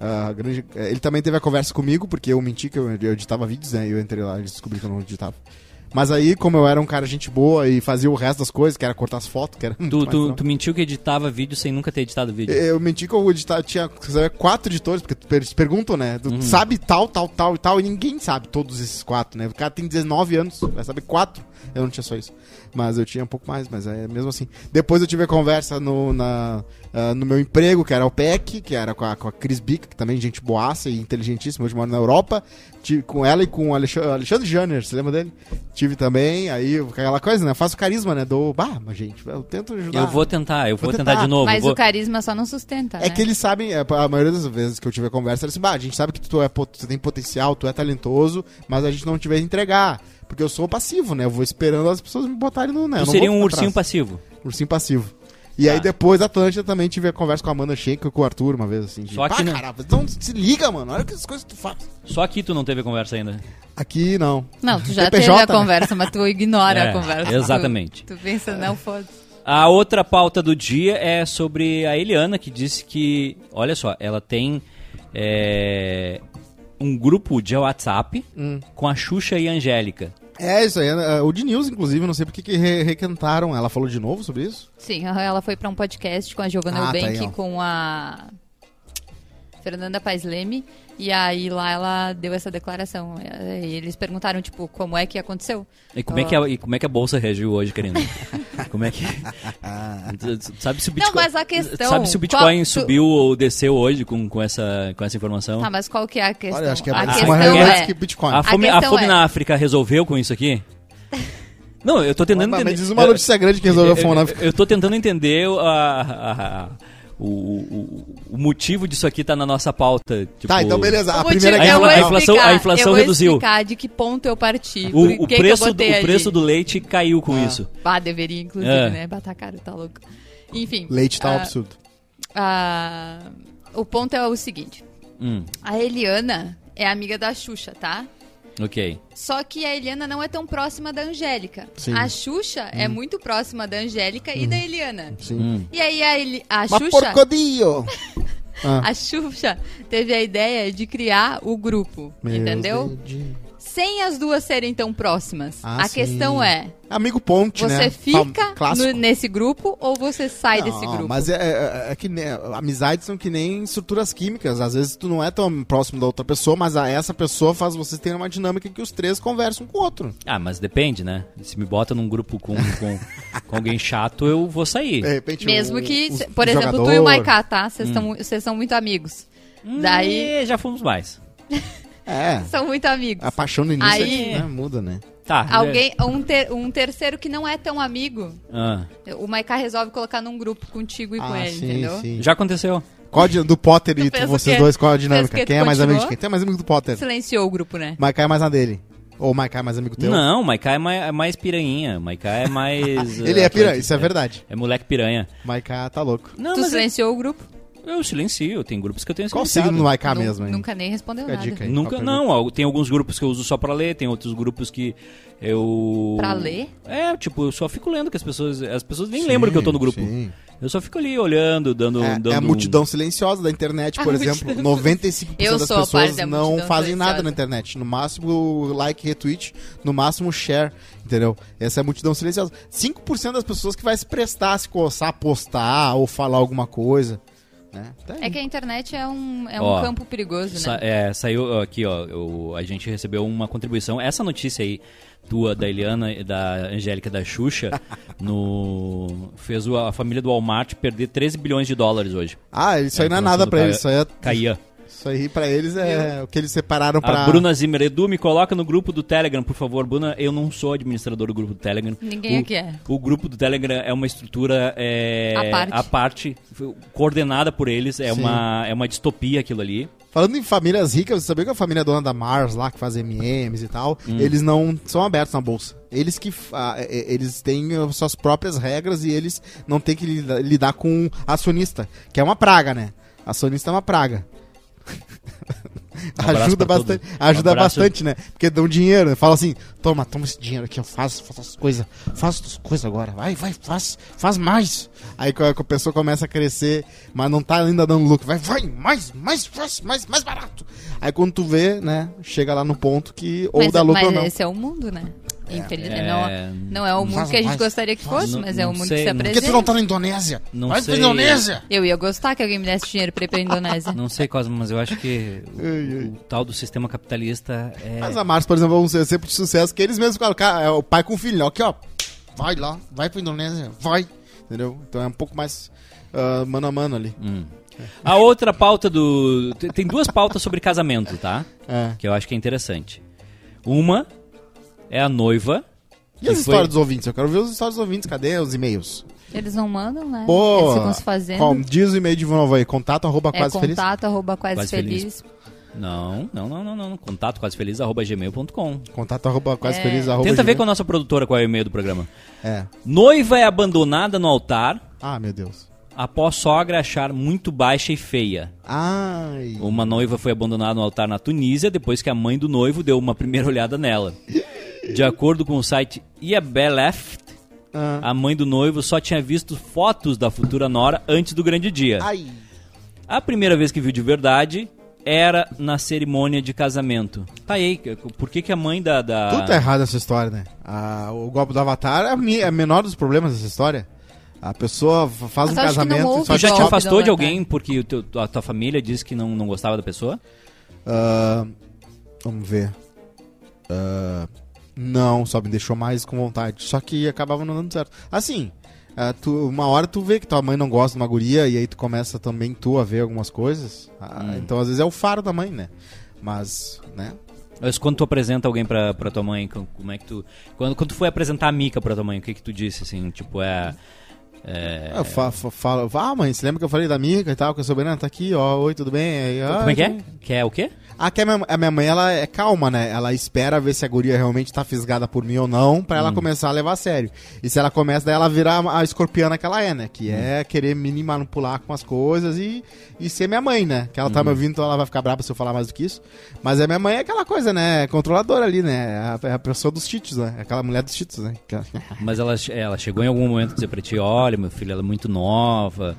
C: Ah, grande- eh, ele também teve a conversa comigo, porque eu menti que eu, eu editava vídeos, né? E eu entrei lá e descobri que eu não editava. Mas aí, como eu era um cara gente boa e fazia o resto das coisas, que era cortar as fotos, que era. (laughs) muito
A: Tu,
C: mais
A: tu,
C: trampo.
A: tu mentiu que editava vídeo sem nunca ter editado vídeo.
C: Eu menti que eu editava, tinha sabe, quatro editores, porque tu per- eles perguntam, né? Tu
A: Uhum.
C: sabe tal, tal, tal e tal, e ninguém sabe todos esses quatro, né? O cara tem 19 anos, vai saber quatro. Eu não tinha só isso. Mas eu tinha um pouco mais, mas é mesmo assim. Depois eu tive a conversa no, na, ah, no meu emprego, que era o PEC, que era com a, com a Cris Bica, que também é gente boaça e inteligentíssima, hoje mora na Europa. Tive, com ela e com o Alexandre, Alexandre Janner, você lembra dele? Tive também, aí aquela coisa, né? Faço carisma, né? Dou, bah, mas gente, eu tento ajudar.
A: Eu vou tentar, eu
C: Vou
A: vou, tentar,
C: tentar.
A: de novo.
B: Mas
A: vou-
B: o carisma só não sustenta,
C: É
B: né?
C: que eles sabem, é, a maioria das vezes que eu tive a conversa, eles assim, bah, a gente sabe que tu, é, po- tu tem potencial, tu é talentoso, mas a gente não te vai entregar. Porque eu sou passivo, né? Eu vou esperando as pessoas me botarem no. Né? Eu
A: Tu
C: não
A: seria
C: vou
A: um
C: ficar
A: ursinho Tá.
C: atrás.
A: passivo.
C: ursinho passivo. E aí depois da Atlântida também tive a conversa com a Amanda Schenck e com o Arthur uma vez, assim. De,
A: Só que
C: "Pá,
A: não-
C: caramba, então se liga, mano. Olha que as coisas que tu faz.
A: Só aqui tu não teve conversa ainda.
C: Aqui não.
B: Não, tu já
C: PPJ,
B: teve a
C: né?
B: conversa, mas tu ignora
A: (laughs) É,
B: a conversa.
A: exatamente.
B: Tu, tu pensa, não, foda-se.
A: A outra pauta do dia é sobre a Eliana, que disse que, olha só, ela tem é, um grupo de WhatsApp
B: Hum.
A: com a Xuxa e a Angélica.
C: É isso aí. é, O de News, inclusive, não sei porque que re- requentaram. Ela falou de novo sobre isso?
B: Sim, ela foi pra um podcast com a
C: Ah,
B: Giovanna
C: tá
B: Eubank
C: aí, ó.
B: e com a... Fernanda Paes Leme, e aí lá ela deu essa declaração. E eles perguntaram, tipo, como é que aconteceu?
A: E como, é
B: Ah.
A: que a, e como é que a bolsa reagiu hoje,
B: (laughs)
A: Karina? Como é que. sabe se o
B: Ah. Não,
A: Bitcoin.
B: mas a questão...
A: Sabe se o
B: qual-
A: Bitcoin
B: tu-
A: subiu ou desceu hoje com, com, essa, com essa informação?
B: Tá, mas qual que é a questão?
C: Olha, acho que é
B: a
A: Ah,
C: mais
B: questão
C: uma realidade
B: é...
C: que Bitcoin.
A: A fome, a
B: questão
A: fome
B: é-
A: na África resolveu com isso
B: (laughs)
A: aqui? Não, eu tô tentando
C: Mas me
A: entender.
C: diz uma notícia grande
A: (laughs)
C: que resolveu a fome na
A: eu, eu tô tentando entender a- a- a- o, o- o motivo disso aqui tá na nossa pauta. tipo-
C: Tá, então beleza. A
B: Eu vou
C: primeira
B: te-
A: guerra
B: eu vou
A: mundial. A
B: explicar,
A: inflação- a inflação
B: eu vou
A: reduziu.
B: explicar de que ponto eu parti. por que
A: O, o
B: que eu
A: preço, do,
B: botei
A: o
B: ali.
A: preço do leite caiu com isso.
B: Ah, deveria, inclusive,
A: É.
B: né? Batar caro, tá louco. Enfim.
C: Leite tá um
B: ah,
C: absurdo.
B: ah, o ponto é o seguinte.
A: Hum,
B: A Eliana é amiga da Xuxa, tá?
A: ok.
B: Só que a Eliana não é tão próxima da Angélica.
C: Sim. Hum.
B: A Xuxa é muito próxima da Angélica e da Eliana.
A: Hum.
B: E aí a, Eli- a
C: Mas
B: É Xuxa...
C: porcodio! Ah.
B: A Xuxa teve a ideia de criar o grupo,
C: Meu
B: entendeu?
C: dedinho.
B: Sem as duas serem tão próximas.
C: Ah,
B: a
C: sim.
B: questão é,
C: Amigo Ponte, né?
B: você
C: Fam-
B: fica
C: clássico.
B: no- nesse grupo ou você sai
C: Não,
B: desse grupo?
C: Mas é, é- é que nem, amizades são que nem estruturas químicas. Às vezes tu não é tão próximo da outra pessoa, mas a- essa pessoa faz você ter uma dinâmica que os três conversam com o outro.
A: Ah, mas depende, né? Se me bota num grupo com, com, com alguém chato, eu vou sair.
C: De repente,
B: Mesmo
C: o-
B: que,
C: o-
B: se-
C: o
B: por exemplo, tu e o
C: jogador- Hum.
B: Maiká, tá? Vocês tão- vocês são muito amigos. Daí,
A: E Hum, já fomos mais.
C: É.
B: são muito amigos.
C: A paixão no início
B: Aí-
C: é que, né, muda, né?
A: Tá. né?
B: Alguém, um, ter- um terceiro que não é tão amigo,
A: Ah,
B: o Maiká resolve colocar num grupo contigo e com ele, entendeu?
C: Ah, sim.
A: já aconteceu.
C: Qual a din- do Potter e
B: Tu
C: tu-
B: pensa
C: vocês
B: que-
C: dois, qual a
B: pensa que
C: dinâmica?
B: tu
C: Quem é mais amigo de
B: continuou?
C: quem? Tu é mais amigo do Potter.
B: Silenciou o grupo, né?
C: Maikai é mais na dele. Ou Maikai é mais amigo teu.
A: Não, Maiká é mais, é mais piranha. Maiká é mais.
C: (laughs) Ele
A: eh,
C: é piranha,
A: atleta-
C: isso é verdade.
A: É moleque piranha.
C: Maikai tá louco.
A: Não,
B: tu
A: mas eu,
B: silenciou o grupo?
A: eu silencio. Tem grupos que eu tenho
C: Qual o
A: silenciado.
C: signo do Maikai
B: Nu-
C: mesmo, hein?
B: Nunca nem respondeu
C: Fica a
B: nada.
C: dica aí.
A: Nunca,
C: Qual a
A: não. al- Tem alguns grupos que eu uso só pra ler, tem outros grupos que eu.
B: Pra ler?
A: É, tipo, eu só fico lendo que as pessoas. As pessoas nem
C: Sim,
A: lembram que eu tô no grupo.
C: sim.
A: Eu só fico ali olhando, dando.
C: É,
A: dando
C: é a
A: um-
C: multidão silenciosa da internet,
B: A
C: por
B: multidão
C: exemplo. (laughs) 95%
B: Eu
C: das
B: sou a parte
C: pessoas
B: da
C: não
B: multidão
C: fazem nada
B: silenciosa.
C: na internet. No máximo like, retweet, no máximo share, entendeu? Essa é a multidão silenciosa. 5% das pessoas que vai se prestar, se coçar, postar ou falar alguma coisa. Né? Tá aí.
B: É que a internet é um, é um
A: Ó,
B: campo perigoso, né?
A: Sa- é, saiu ó, aqui, ó. eu- a gente recebeu uma contribuição. Essa notícia aí, tua, da Eliana, e da Angélica e da
C: (laughs)
A: Xuxa, no, fez o- a família do Walmart perder 13 bilhões de dólares hoje.
C: Ah, isso aí
A: É,
C: não é
A: começando
C: nada pra
A: pra-
C: eles. Isso aí, é-
A: Caía.
C: isso aí pra eles é o que eles separaram pra.
A: A Bruna Zimmer, Edu, me coloca no grupo do Telegram, por favor. Bruna, eu não sou administrador do grupo do Telegram.
B: Ninguém
A: O-
B: aqui é.
A: O grupo do Telegram é uma estrutura é,
B: À parte.
A: parte, f- coordenada por eles, é
C: Sim.
A: uma, é uma distopia aquilo ali.
C: Falando em famílias ricas, você sabia que a família dona da Mars lá, que faz MMs e tal,
A: Hum.
C: eles não são abertos na bolsa. Eles que fa- eh, eles têm eh, suas próprias regras e eles não têm que lida- lidar com acionista, que é uma praga, né? Acionista é uma praga.
A: Um abraço
C: ajuda
A: pra
C: bastante,
A: todos. Um
C: ajuda
A: abraço.
C: bastante, né? Porque dão dinheiro, né? fala assim: "Toma, toma esse dinheiro aqui, eu faço, faço as coisas, faço as coisas agora. Vai, vai, faz, faz mais". Aí co- a pessoa começa a crescer, mas não tá ainda dando lucro. Vai, vai, mais, mais, faz, mais, mais barato. Aí quando tu vê, né, chega lá no ponto que ou
B: mas
C: dá lucro
B: mas
C: ou não.
B: esse é o mundo, né? Infelizmente,
A: É.
B: não, não é o mundo
C: Faz
B: que a gente
C: mais,
B: gostaria que fosse, mas é
A: Não-
B: o mundo
A: não
B: que se
A: sei, não-
C: Por que
B: apresenta.
C: tu não tá na Indonésia?
A: Não
C: vai
A: sei.
C: pra Indonésia.
B: Eu ia gostar que alguém me desse dinheiro pra ir pra Indonésia.
A: Não sei, Cosmo, mas eu acho
C: (laughs)
A: que o,
C: Ai, ai.
A: o tal do sistema capitalista é...
C: Mas a Mars, por exemplo, é um exemplo de sucesso que eles mesmos colocaram. É o pai com o filho, ó, aqui, ó. Vai lá, vai pra Indonésia, vai. Entendeu? Então é um pouco mais ah, mano a mano ali.
A: Hum. A outra pauta do... tem- Tem duas pautas sobre casamento, tá?
C: É.
A: Que eu acho que é interessante. Uma é a noiva. que
C: E as
A: foi-
C: histórias dos ouvintes? Eu quero ver as histórias dos ouvintes. Cadê os e-mails?
B: Eles não mandam, né?
C: Pô,
B: Eles ficam se fazendo.
C: qual- diz o e-mail de novo aí. Contato arroba
B: é
C: quase feliz.
B: contato, arroba quase,
A: Quase
B: feliz.
A: feliz. Não, não, não, não, não. Contato quase feliz, arroba gmail.com.
C: Contato arroba quase
B: É.
C: feliz. Arroba
A: Tenta ver com
C: gmail.
A: a nossa produtora qual é o e-mail do programa.
C: É.
A: Noiva é abandonada no altar
C: Ah, meu Deus.
A: após sogra achar muito baixa e feia.
C: Ai.
A: Uma noiva foi abandonada no altar na Tunísia depois que a mãe do noivo deu uma primeira (laughs) olhada nela. De acordo com o site Iabeleft,
C: Ah.
A: a mãe do noivo só tinha visto fotos da futura nora antes do grande dia.
C: Ai.
A: A primeira vez que viu de verdade era na cerimônia de casamento. Tá aí, por que, que a mãe da. da-
C: é Ah, Tudo tá errado essa história, né? Ah, o golpe do Avatar é, a mi- é menor dos problemas dessa história. A pessoa fa- faz
B: Mas
C: um
B: eu acho que não
C: casamento.
B: houve
A: Tu
C: Só
B: Faz
A: já te
B: golpe,
A: afastou
B: não,
A: de
B: né,
A: alguém porque o teu- a tua família disse que não, não gostava da pessoa?
C: Ah, vamos ver. Ah, não, só me deixou mais com vontade. Só que acabava não dando certo. Assim, ah, tu- uma hora tu vê que tua mãe não gosta de uma guria e aí tu começa também tu a ver algumas coisas. Ah,
A: Hum.
C: Então às vezes é o faro da mãe, né? Mas, né?
A: Mas quando tu apresenta alguém pra, pra tua mãe, com- como é que tu. Quando, quando tu foi apresentar a Mica pra tua mãe, o que que tu disse assim? Tipo, é. é
C: Eu fa- fa- falo, ah, mãe, você lembra que eu falei da Mica e tal, que eu sou Brena, tá aqui, ó, oi, tudo bem? Aí, "Ah,
A: como é que
C: tudo
A: é? Que é o quê?
C: Ah, que a minha, a minha mãe, ela é calma, né? Ela espera ver se a guria realmente tá fisgada por mim ou não, pra
A: Hum.
C: ela começar a levar a sério. E se ela começa, daí ela vira a, a escorpiana que ela é, né?
A: Hum.
C: Que é querer me manipular com as coisas e, e ser minha mãe, né? Que ela tá me
A: Uhum.
C: ouvindo, então ela vai ficar brava se eu falar mais do que isso. Mas a minha mãe é aquela coisa, né? Controladora ali, né? É a, é a pessoa dos títulos, né? É Aquela mulher dos títulos, né? Que ela-
A: Mas ela, che- ela chegou em algum momento a dizer pra ti: olha, meu filho, ela é muito nova.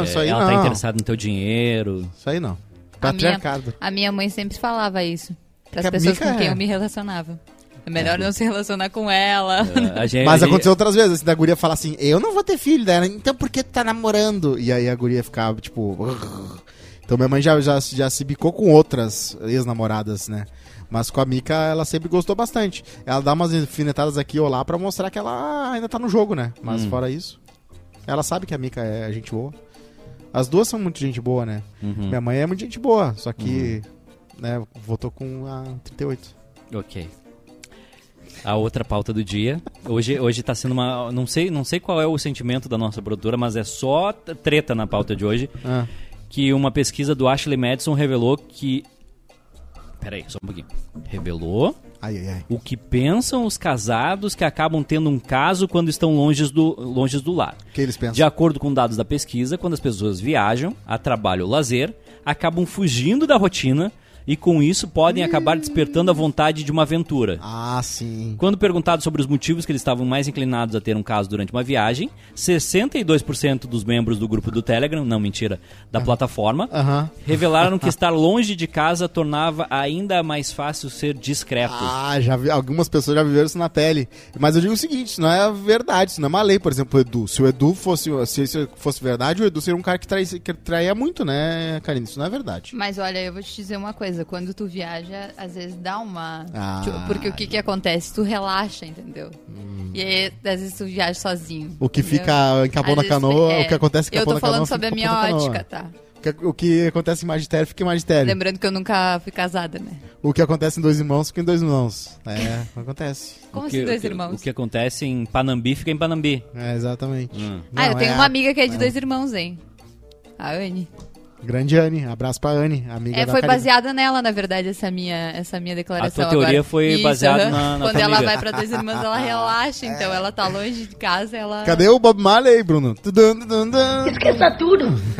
A: (laughs) é,
C: isso aí
A: ela
C: não.
A: tá interessada no teu dinheiro.
C: Isso aí não. Tá
B: A minha,
C: Patriarcado.
B: a minha mãe sempre falava isso. Pras
C: Que a
B: pessoas
C: Mica
B: com quem
C: é- Tá
B: eu me relacionava. É melhor não se relacionar com ela.
C: É.
A: A gente-
C: Mas aconteceu outras vezes, assim, da guria falar assim, eu não vou ter filho dela, então por que tu tá namorando? E aí a guria ficava, tipo... "Urgh". Então minha mãe já, já, já se bicou com outras ex-namoradas, né? Mas com a Mika, ela sempre gostou bastante. Ela dá umas finetadas aqui ou lá pra mostrar que ela ainda tá no jogo, né? Mas fora isso, ela sabe que a Mika é gente boa. As duas são muito gente boa, né?
A: Uhum,
C: Minha mãe é muito gente boa, só que... Né, votou com a 38.
A: Ok. A outra pauta do dia. Hoje, hoje tá sendo uma. Não sei, não sei qual é o sentimento da nossa produtora, mas é só t- treta na pauta de hoje.
C: Ah.
A: que uma pesquisa do Ashley Madison revelou que. Peraí, só um pouquinho. Revelou
C: Ai, ai, ai.
A: o que pensam os casados que acabam tendo um caso quando estão longe do, longe do lar.
C: O que eles pensam?
A: De acordo com dados da pesquisa, quando as pessoas viajam, a trabalho ou lazer, acabam fugindo da rotina e com isso podem acabar despertando a vontade de uma aventura.
C: Ah, sim.
A: Quando perguntado sobre os motivos que eles estavam mais inclinados a ter um caso durante uma viagem, 62% dos membros do grupo do Telegram, não mentira, da plataforma,
C: Aham.
A: revelaram que estar longe de casa tornava ainda mais fácil ser discreto.
C: Ah, já vi, algumas pessoas já viveram isso na pele. Mas eu digo o seguinte, isso não é verdade, isso não é uma lei, por exemplo, o Edu. Se o Edu fosse, se isso fosse verdade, o Edu seria um cara que, trai, que traía muito, né, Karine? Isso não é verdade.
B: Mas olha, eu vou te dizer uma coisa, quando tu viaja, às vezes dá uma.
C: Ah.
B: Tipo, porque o que que acontece? Tu relaxa, entendeu? E aí, às vezes tu viaja sozinho.
C: Hum. O que
B: entendeu?
C: fica em Capão
B: Às
C: da
B: vezes,
C: Canoa,
B: é,
C: o que acontece em
B: Eu tô
C: Capão da
B: falando
C: Canoa. fica
B: sobre a
C: em
B: minha
C: Capão da Canoa. É.
B: ótica, tá?
C: O que- O que acontece em Magistério fica em Magistério.
B: Lembrando que eu nunca fui casada, né?
C: O que acontece em Dois Irmãos fica em Dois Irmãos. É, acontece.
B: Como
A: O
B: assim,
A: que-
B: dois
A: o que-
B: irmãos?
A: O que acontece em Panambi fica em Panambi.
C: É, exatamente.
B: ah, eu
C: Não,
B: tenho
C: é
B: uma
C: a
B: amiga que é de dois irmãos, hein? A Anne.
C: Grande Anne, abraço pra Anne, amiga
B: É,
C: da
B: foi
C: Karine.
B: baseada nela, na verdade, essa minha, essa minha declaração.
A: A tua teoria
B: agora.
A: foi
B: Isso,
A: baseada
B: aham.
A: na- na
B: Quando
A: tua
B: ela
A: amiga.
B: vai pra dois
A: (laughs)
B: irmãos, ela relaxa,
C: É.
B: então ela tá longe de casa, ela.
C: Cadê o Bob Marley, Bruno? Tudum, tudum, tudum.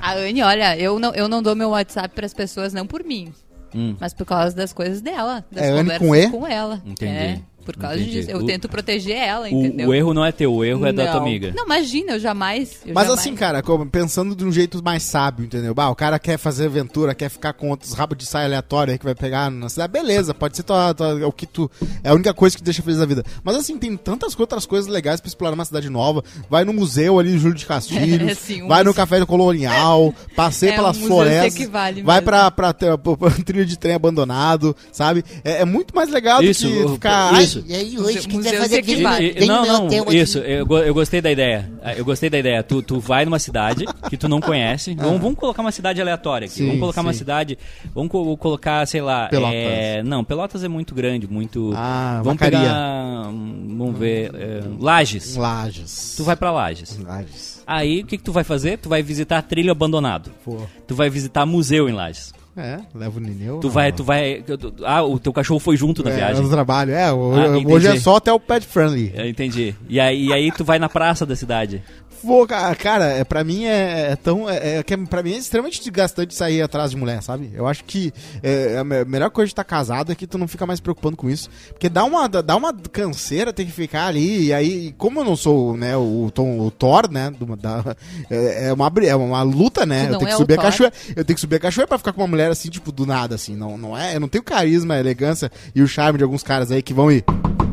B: A Anne, olha, eu não, eu não dou meu WhatsApp pras pessoas, não por mim,
A: Hum.
B: mas por causa das coisas dela, das
C: É Anne
B: conversas
C: com E?
B: ela.
A: Entendi.
B: É, por causa
A: Entendi.
B: disso. Eu
A: O-
B: tento proteger ela, entendeu?
A: O, o erro não é teu, o erro é da tua
B: Não.
A: amiga.
B: Não, imagina, eu jamais. eu
C: Mas
B: jamais.
C: assim, cara, como- pensando de um jeito mais sábio, entendeu? Bah, o cara quer fazer aventura, quer ficar com outros rabos de saia aleatório aí que vai pegar na cidade. Beleza, pode ser tua, tua- é o que tu. É a única coisa que te deixa feliz na vida. Mas assim, tem tantas outras coisas legais pra explorar uma cidade nova. Vai no museu ali, Júlio de Castilhos.
B: (laughs) É, sim, um
C: vai no
B: museu.
C: café colonial. Passeia
B: É, um
C: pelas
B: museu
C: florestas.
B: se equivale
C: vai
B: mesmo.
C: pra, pra, (laughs) pra, pra- pra trilha de trem abandonado, sabe? É, é muito mais legal
A: Isso,
C: do que
A: o-
C: ficar.
F: Ai,
C: "Ai,
A: Isso.
F: E aí, hoje,
B: Museu-
F: o que tu vai
B: museu
F: fazer aqui?
A: E-
B: Vai,
A: e-
F: Vem
A: não,
F: no meu
A: não,
F: hotel aqui.
A: isso, eu, go- eu gostei da ideia. Ah, Eu gostei da ideia. Tu, tu vai numa cidade que tu não conhece. Vamos, vamos colocar uma cidade aleatória aqui.
C: Ah. Sim,
A: vamos colocar uma
C: sim.
A: cidade. Vamos co- colocar, sei lá.
C: Pelotas.
A: é, não, Pelotas é muito grande, muito.
C: Ah,
A: vamos
C: Vacaria.
A: pegar. hum, Vamos ver. é, Lages.
C: Lages.
A: Tu vai pra Lages.
C: Lages.
A: Aí o que, que tu vai fazer? Tu vai visitar trilho abandonado.
C: Pô.
A: Tu vai visitar museu em Lages.
C: É, leva o Nineu.
A: Tu
C: na
A: vai,
C: mão.
A: tu vai. Ah, o teu cachorro foi junto na
C: É,
A: viagem.
C: No trabalho, é. o-
A: Ah,
C: hoje é
A: entendi.
C: só até o pet friendly.
A: Eu entendi. E aí, e aí tu vai na praça da cidade.
C: Pô, ca- cara, é, pra mim é, é tão. É, é que é- pra mim é extremamente desgastante sair atrás de mulher, sabe? Eu acho que é, a me- melhor coisa de estar casado é que tu não fica mais se preocupando com isso. Porque dá uma, dá dá uma canseira ter que ficar ali. E aí, e como eu não sou né, o, Tom, o Thor, né? do- da- é, é uma, bri- é uma luta, né?
B: Tu
C: Eu
B: não
C: tenho que
B: é o
C: subir a
B: Thor.
C: cachoeira. Eu tenho que subir a cachoeira pra ficar com uma mulher assim, tipo, do nada, assim. Não, não é. Eu não tenho o carisma, a elegância e o charme de alguns caras aí que vão ir.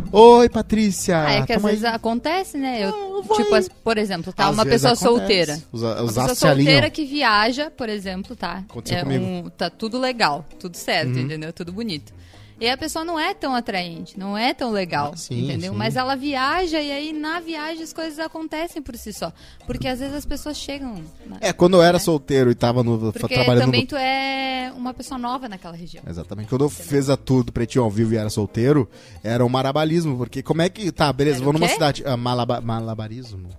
C: Oi, Patrícia.
B: Ah, é que às
C: tamo aí.
B: vezes acontece, né? Eu, tipo, as- por exemplo, tá?
C: Às
B: uma
C: vezes
B: pessoa
C: acontece.
B: solteira.
C: Os, os
B: Uma pessoa
C: astros se alinham.
B: solteira que viaja, por exemplo, tá?
C: Aconteceu comigo. Uhum.
B: tá tudo legal, tudo certo, entendeu? Tudo bonito. E a pessoa não é tão atraente, não é tão legal,
C: Ah, sim,
B: entendeu?
C: sim.
B: Mas ela viaja e aí na viagem as coisas acontecem por si só. Porque às vezes as pessoas chegam. na-
C: É, quando eu era solteiro e tava no,
B: Porque
C: trabalhando
B: também
C: no...
B: tu é uma pessoa nova naquela região.
C: Exatamente. Quando eu fiz a tour do Pretinho ao vivo e era solteiro, era um marabalismo, porque como é que... Tá, beleza,
B: Era
C: vou
B: o
C: numa
B: quê?
C: cidade... ah, malaba- Malabarismo?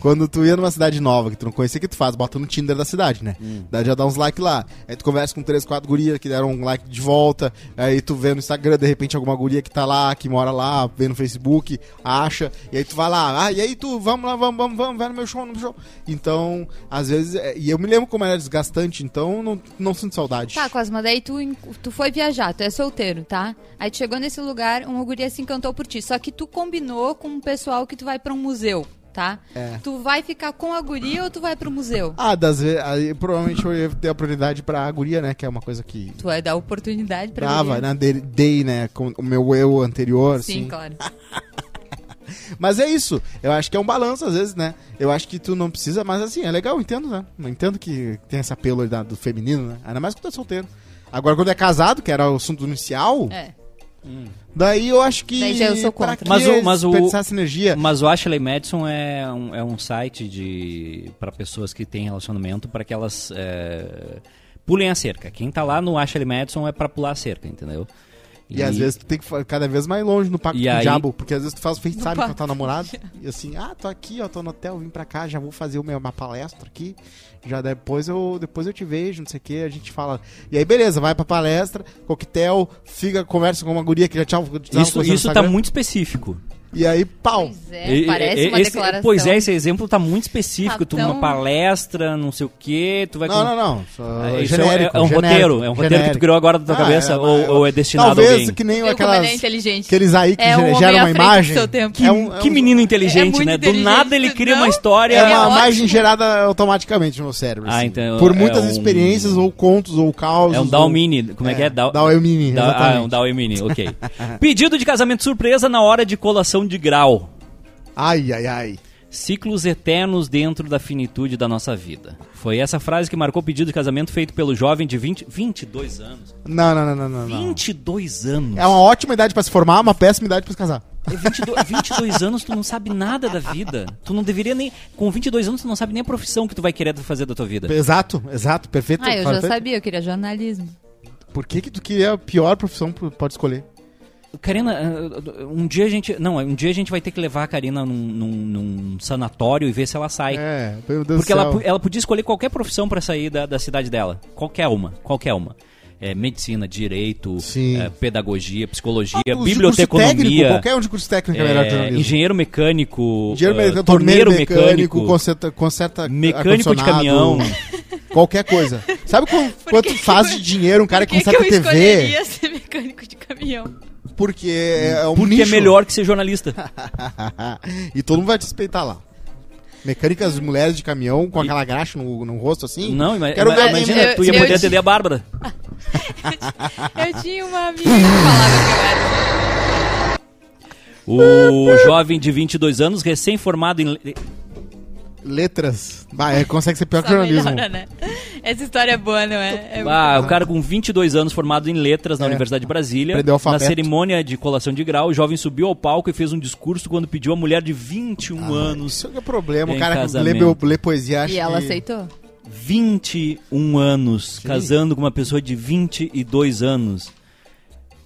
C: Quando tu ia numa cidade nova que tu não conhecia, o que tu faz? Bota no Tinder da cidade, né? Daí já dá uns likes lá. Aí tu conversa com três, quatro gurias que deram um like de volta. Aí tu vê no Instagram, de repente, alguma guria que tá lá, que mora lá, vê no Facebook, acha. E aí tu vai lá, ah, e aí tu, vamos lá, vamos, vamos, vamos, vai no meu show, no meu show. Então, às vezes... é- E eu me lembro como era desgastante, então não, não sinto saudade.
B: Tá, Cosma, daí tu, en- tu foi viajar, tu é solteiro, tá? Aí tu chegou nesse lugar, um uma guria se encantou por ti. Só que tu combinou com o pessoal que tu vai pra um museu, tá?
C: É.
B: Tu vai ficar com a guria ou tu vai pro museu?
C: Ah, das vezes. Aí provavelmente eu ia ter a prioridade pra guria, né? Que é uma coisa que
B: Tu vai dar oportunidade pra
C: dava,
B: guria.
C: né? de- Dei, né? Com o meu eu anterior,
B: Sim,
C: assim. (laughs)
B: claro.
C: Mas é isso. Eu acho que é um balanço, às vezes, né? Eu acho que tu não precisa, mas assim, é legal, eu entendo, né? Eu entendo que tem esse apelo da- do feminino, né? Ainda mais quando é solteiro. Agora, quando é casado, que era o assunto inicial,
B: É.
C: daí eu acho que.
B: Daí já eu sou
C: pra
B: contra.
C: que
A: Mas o- mas o-
C: desperdiçar essa energia.
A: Mas o Ashley Madison é um, é um site de para pessoas que têm relacionamento para que elas é, pulem a cerca. Quem tá lá no Ashley Madison é para pular a cerca, entendeu?
C: E, às vezes tu tem que fa- cada vez mais longe no pacto
A: E
C: com o
A: aí-
C: diabo, porque às vezes tu faz feitiçaria com a
B: pacto
C: tua namorada. E assim, ah, tô aqui, ó, tô no hotel, vim pra cá, já vou fazer uma, uma palestra aqui. Já depois eu, depois eu te vejo, não sei o que, a gente fala. E aí, beleza, vai pra palestra, coquetel, fica, conversa com uma guria que já tinha
A: isso isso tá muito específico.
C: E aí, pau.
B: Pois é,
A: E-
B: parece
A: e-
B: uma
A: esse-
B: declaração.
A: Pois é, esse exemplo tá muito específico.
B: Tá
A: tu
B: tão-
A: uma palestra, não sei o quê, tu vai
C: Não, não, não. só
A: É, isso é-
C: genérico,
A: é, é um
C: genérico,
A: roteiro, é um roteiro que tu
C: genérico.
A: criou agora da tua
C: Ah,
A: cabeça ou,
C: mas-
A: ou é destinado
C: Talvez
A: a alguém?
C: que nem
B: Viu como
C: aquelas,
B: ele é inteligente?
C: aqueles aí que
B: É um
C: ge-
B: homem
C: geram
B: à
C: uma
B: frente do
C: imagem. É um
B: seu tempo.
A: Que, que menino inteligente,
B: É muito
A: né?
B: inteligente,
A: Do nada ele cria uma
B: não?
A: história.
C: É
B: É
C: uma
B: ótimo.
C: imagem gerada automaticamente no meu cérebro.
A: Ah,
C: assim.
A: então
C: Por
A: é
C: muitas
A: um-
C: experiências, ou contos, ou causos.
A: É um
C: ou...
A: Dalmini, como é, que é? Dal...
C: Dalmini,
A: Da-
C: exatamente.
A: ah, um Dawei Mini, ok. (laughs) Pedido de casamento surpresa na hora de colação de grau. um
C: Ai, ai, ai.
A: Ciclos eternos dentro da finitude da nossa vida. Foi essa frase que marcou o pedido de casamento feito pelo jovem de 20, 22 anos.
C: Não, não, não, não, não, não.
A: 22 anos.
C: É uma ótima idade pra se formar, uma péssima idade pra se casar.
A: É 22, 22 anos tu não sabe nada da vida. Tu não deveria nem... Com 22 anos tu não sabe nem a profissão que tu vai querer fazer da tua vida.
C: Exato, exato, perfeito.
B: Ah, eu já
C: perfeito.
B: sabia, eu queria jornalismo.
C: Por que que tu queria a pior profissão que pode escolher?
A: Karina, eh, um dia a gente... Não, um dia a gente vai ter que levar a Karina num, num- num sanatório e ver se ela sai.
C: É, meu Deus
A: Porque
C: do céu.
A: ela, po- ela podia escolher qualquer profissão pra sair da, da cidade dela. Qualquer uma, qualquer uma. É, medicina, direito,
C: Sim. Ah,
A: é, pedagogia, psicologia,
C: Os de
A: biblioteconomia,
C: curso técnico, qualquer um de curso técnico é, melhor que
A: é,
C: jornalismo.
A: engenheiro mecânico,
C: Engenheiro
A: eh,
C: mecânico,
A: torneiro
C: torneiro
A: mecânico,
C: mecânico, conserta, conserta
A: mecânico de caminhão.
C: ar-condicionado, Qualquer coisa. Sabe quan- quanto faz de dinheiro um cara que
B: Por que, que
C: conserta
B: eu
C: TV?
B: escolheria ser mecânico de caminhão?
C: Porque é um
A: porque é
C: nicho.
A: melhor que ser
C: (laughs)
A: jornalista.
C: e todo mundo vai te respeitar lá. Mecânicas de mulheres de caminhão com aquela graxa no, no rosto assim.
A: Não, ima-
C: Quero
A: ima-
C: ver-
A: imagina,
B: eu-
A: tu ia
B: eu
A: poder
B: te-
A: atender a Bárbara.
B: Eu tinha uma amiga que falava que eu era.
C: (laughs)
A: O jovem de 22 anos, recém-formado em... le-
C: Letras. Bah, é, consegue ser pior que
B: Só
C: jornalismo.
B: melhora, né? Essa história é boa, não é? é
A: Ah, o cara com 22 anos, formado em letras na Universidade de Brasília.
C: É. Aprendeu
A: Na
C: alfabeto.
A: cerimônia de colação de grau, o jovem subiu ao palco e fez um discurso quando pediu a mulher de 21 anos.
C: Isso que é problema.
A: Em
C: O cara que lê,
A: casamento.
C: meu- lê poesia acha
B: E ela
C: que-
B: aceitou?
A: 21 anos, casando com uma pessoa de 22 anos.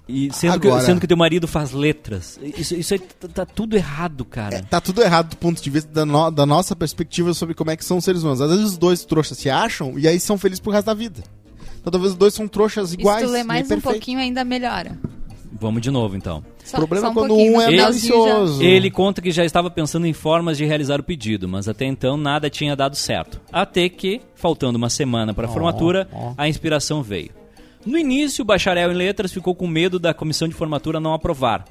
A: E sendo, que,
C: Agora.
A: sendo que teu marido faz letras. Isso, isso aí tá, tá tudo errado, cara.
C: Tá tudo errado do ponto de vista da, no- da nossa perspectiva sobre como é que são os seres humanos. Às vezes os dois trouxas se acham e aí são felizes pro resto da vida. Então talvez os dois são trouxas
B: E se
C: iguais.
B: tu ler
C: e
B: mais
C: é
B: um
C: perfeito.
B: pouquinho, ainda melhora.
A: Vamos de novo, então.
C: O problema
B: só
C: é quando
B: pouquinho, né?
C: um
B: no
C: é
B: finalzinho já-
C: malicioso.
A: Ele conta que já estava pensando em formas de realizar o pedido, mas até então nada tinha dado certo. Até que, faltando uma semana para a formatura,
C: ó.
A: a inspiração veio. No início, o bacharel em letras ficou com medo da comissão de formatura não
C: (laughs)
A: aprovar.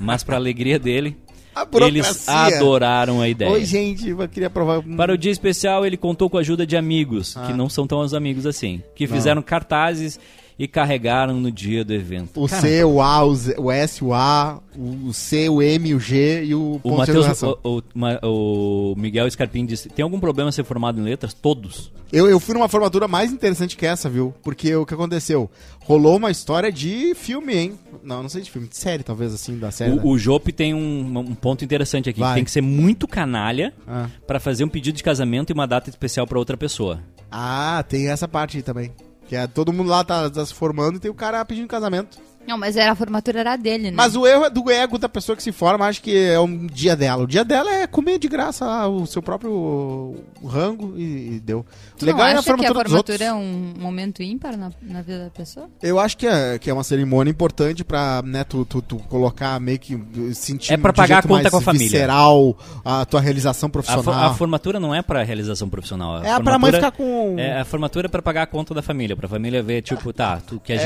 A: Mas, para alegria dele,
C: A
A: eles
C: burocracia.
A: adoraram a ideia.
C: Oi, gente, eu queria provar. um
A: Para o dia
C: Ah.
A: especial, ele contou com a ajuda de amigos, que não são tão os amigos assim, que fizeram cartazes e carregaram no dia do evento.
C: O C, o A, o, Z- o S, o A, o C, o M, o G e o
A: O
C: ponto de
A: Matheus,
C: interrogação.
A: o, o- Ma- o Miguel Scarpim disse, tem algum problema ser formado em letras? Todos.
C: Eu, eu fui numa formatura mais interessante que essa, viu? Porque o que aconteceu? Rolou uma história de filme, hein? Não, não sei de filme, de série, talvez, assim, da série. né?
A: O, o Jope tem um, um ponto interessante aqui,
C: Vai.
A: que tem que ser muito canalha
C: Ah.
A: pra fazer um pedido de casamento e uma data especial pra outra pessoa.
C: Ah, tem essa parte aí também. Que é, todo mundo lá tá, tá se formando e tem o cara pedindo casamento.
B: Não, mas era a formatura era dele, né?
C: Mas o erro é do ego da pessoa que se forma, acho que é um dia dela. O dia dela é comer de graça lá o seu próprio rango e, e deu.
B: tu
C: Legal
B: não
C: é
B: acha
C: a formatura
B: que a
C: dos outros.
B: formatura é um momento ímpar na, na vida da pessoa?
C: Eu acho que é, que é uma cerimônia importante pra né, tu, tu, tu colocar meio que uh, sentir
A: É pra
C: de
A: pagar
C: jeito
A: a conta
C: mais
A: com a família.
C: visceral a tua realização
A: A, fo-
C: profissional.
A: a formatura não é pra realização profissional.
C: é pra mãe
A: formatura-
C: ficar com.
A: É, a formatura é pra pagar a conta da família, pra família ver, tipo, tá, tu- o que a
C: É,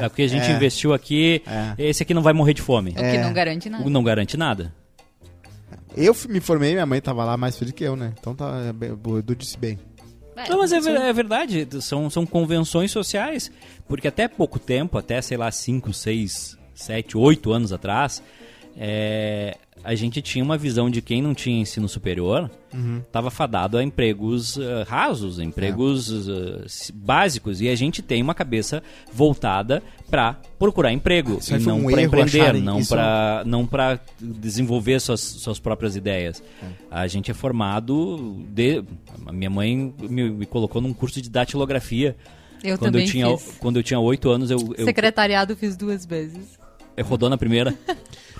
A: gente, o que a gente
C: é.
A: investiu aqui, esse aqui não vai morrer de fome.
B: O que não garante nada.
A: O Não garante nada.
C: Eu f- me formei, minha mãe tava lá mais feliz que eu, né? Então tá, é bem- o Edu disse bem.
B: É,
A: Não, mas é, ver-
B: sim.
A: é verdade, são, são convenções sociais, porque até pouco tempo, até, sei lá, 5, 6, 7, 8 anos atrás, é, a gente tinha uma visão de quem não tinha ensino superior estava fadado a empregos eh, rasos, empregos eh, s- básicos, e a gente tem uma cabeça voltada para procurar emprego,
C: Isso
A: e
C: aí foi
A: não
C: um
A: para
C: erro
A: empreender,
C: acharem
A: não
C: isso. é um-
A: para não para desenvolver suas, suas próprias ideias. A gente é formado de a minha mãe me, me colocou num curso de datilografia.
B: Eu
A: quando
B: também
A: eu tinha
B: fiz.
A: quando eu tinha oito anos eu, eu,
B: Secretariado fiz duas vezes.
A: eu rodou na
C: (laughs)
A: primeira.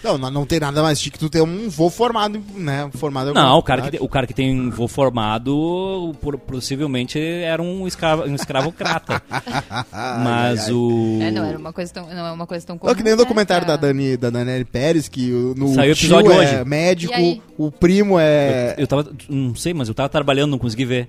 C: Não, não- não tem nada mais chique tu ter um vô formado, né? Formado em alguma
A: Não, o cara, que,
C: faculdade.
A: o cara que tem um vô formado por- possivelmente era um, escravo, um
C: (laughs)
A: escravocrata. Mas o.
B: É, não, era uma coisa tão, não é uma coisa tão comum.
C: Não, que nem o
B: né,
C: documentário
B: pra-
C: da Dani, da Daniele Pérez, que o- no
A: Saiu o
C: tio
A: episódio
C: é
A: hoje.
C: médico,
B: E aí?
C: o primo é.
A: Eu tava. Não sei, mas eu tava trabalhando, não consegui ver.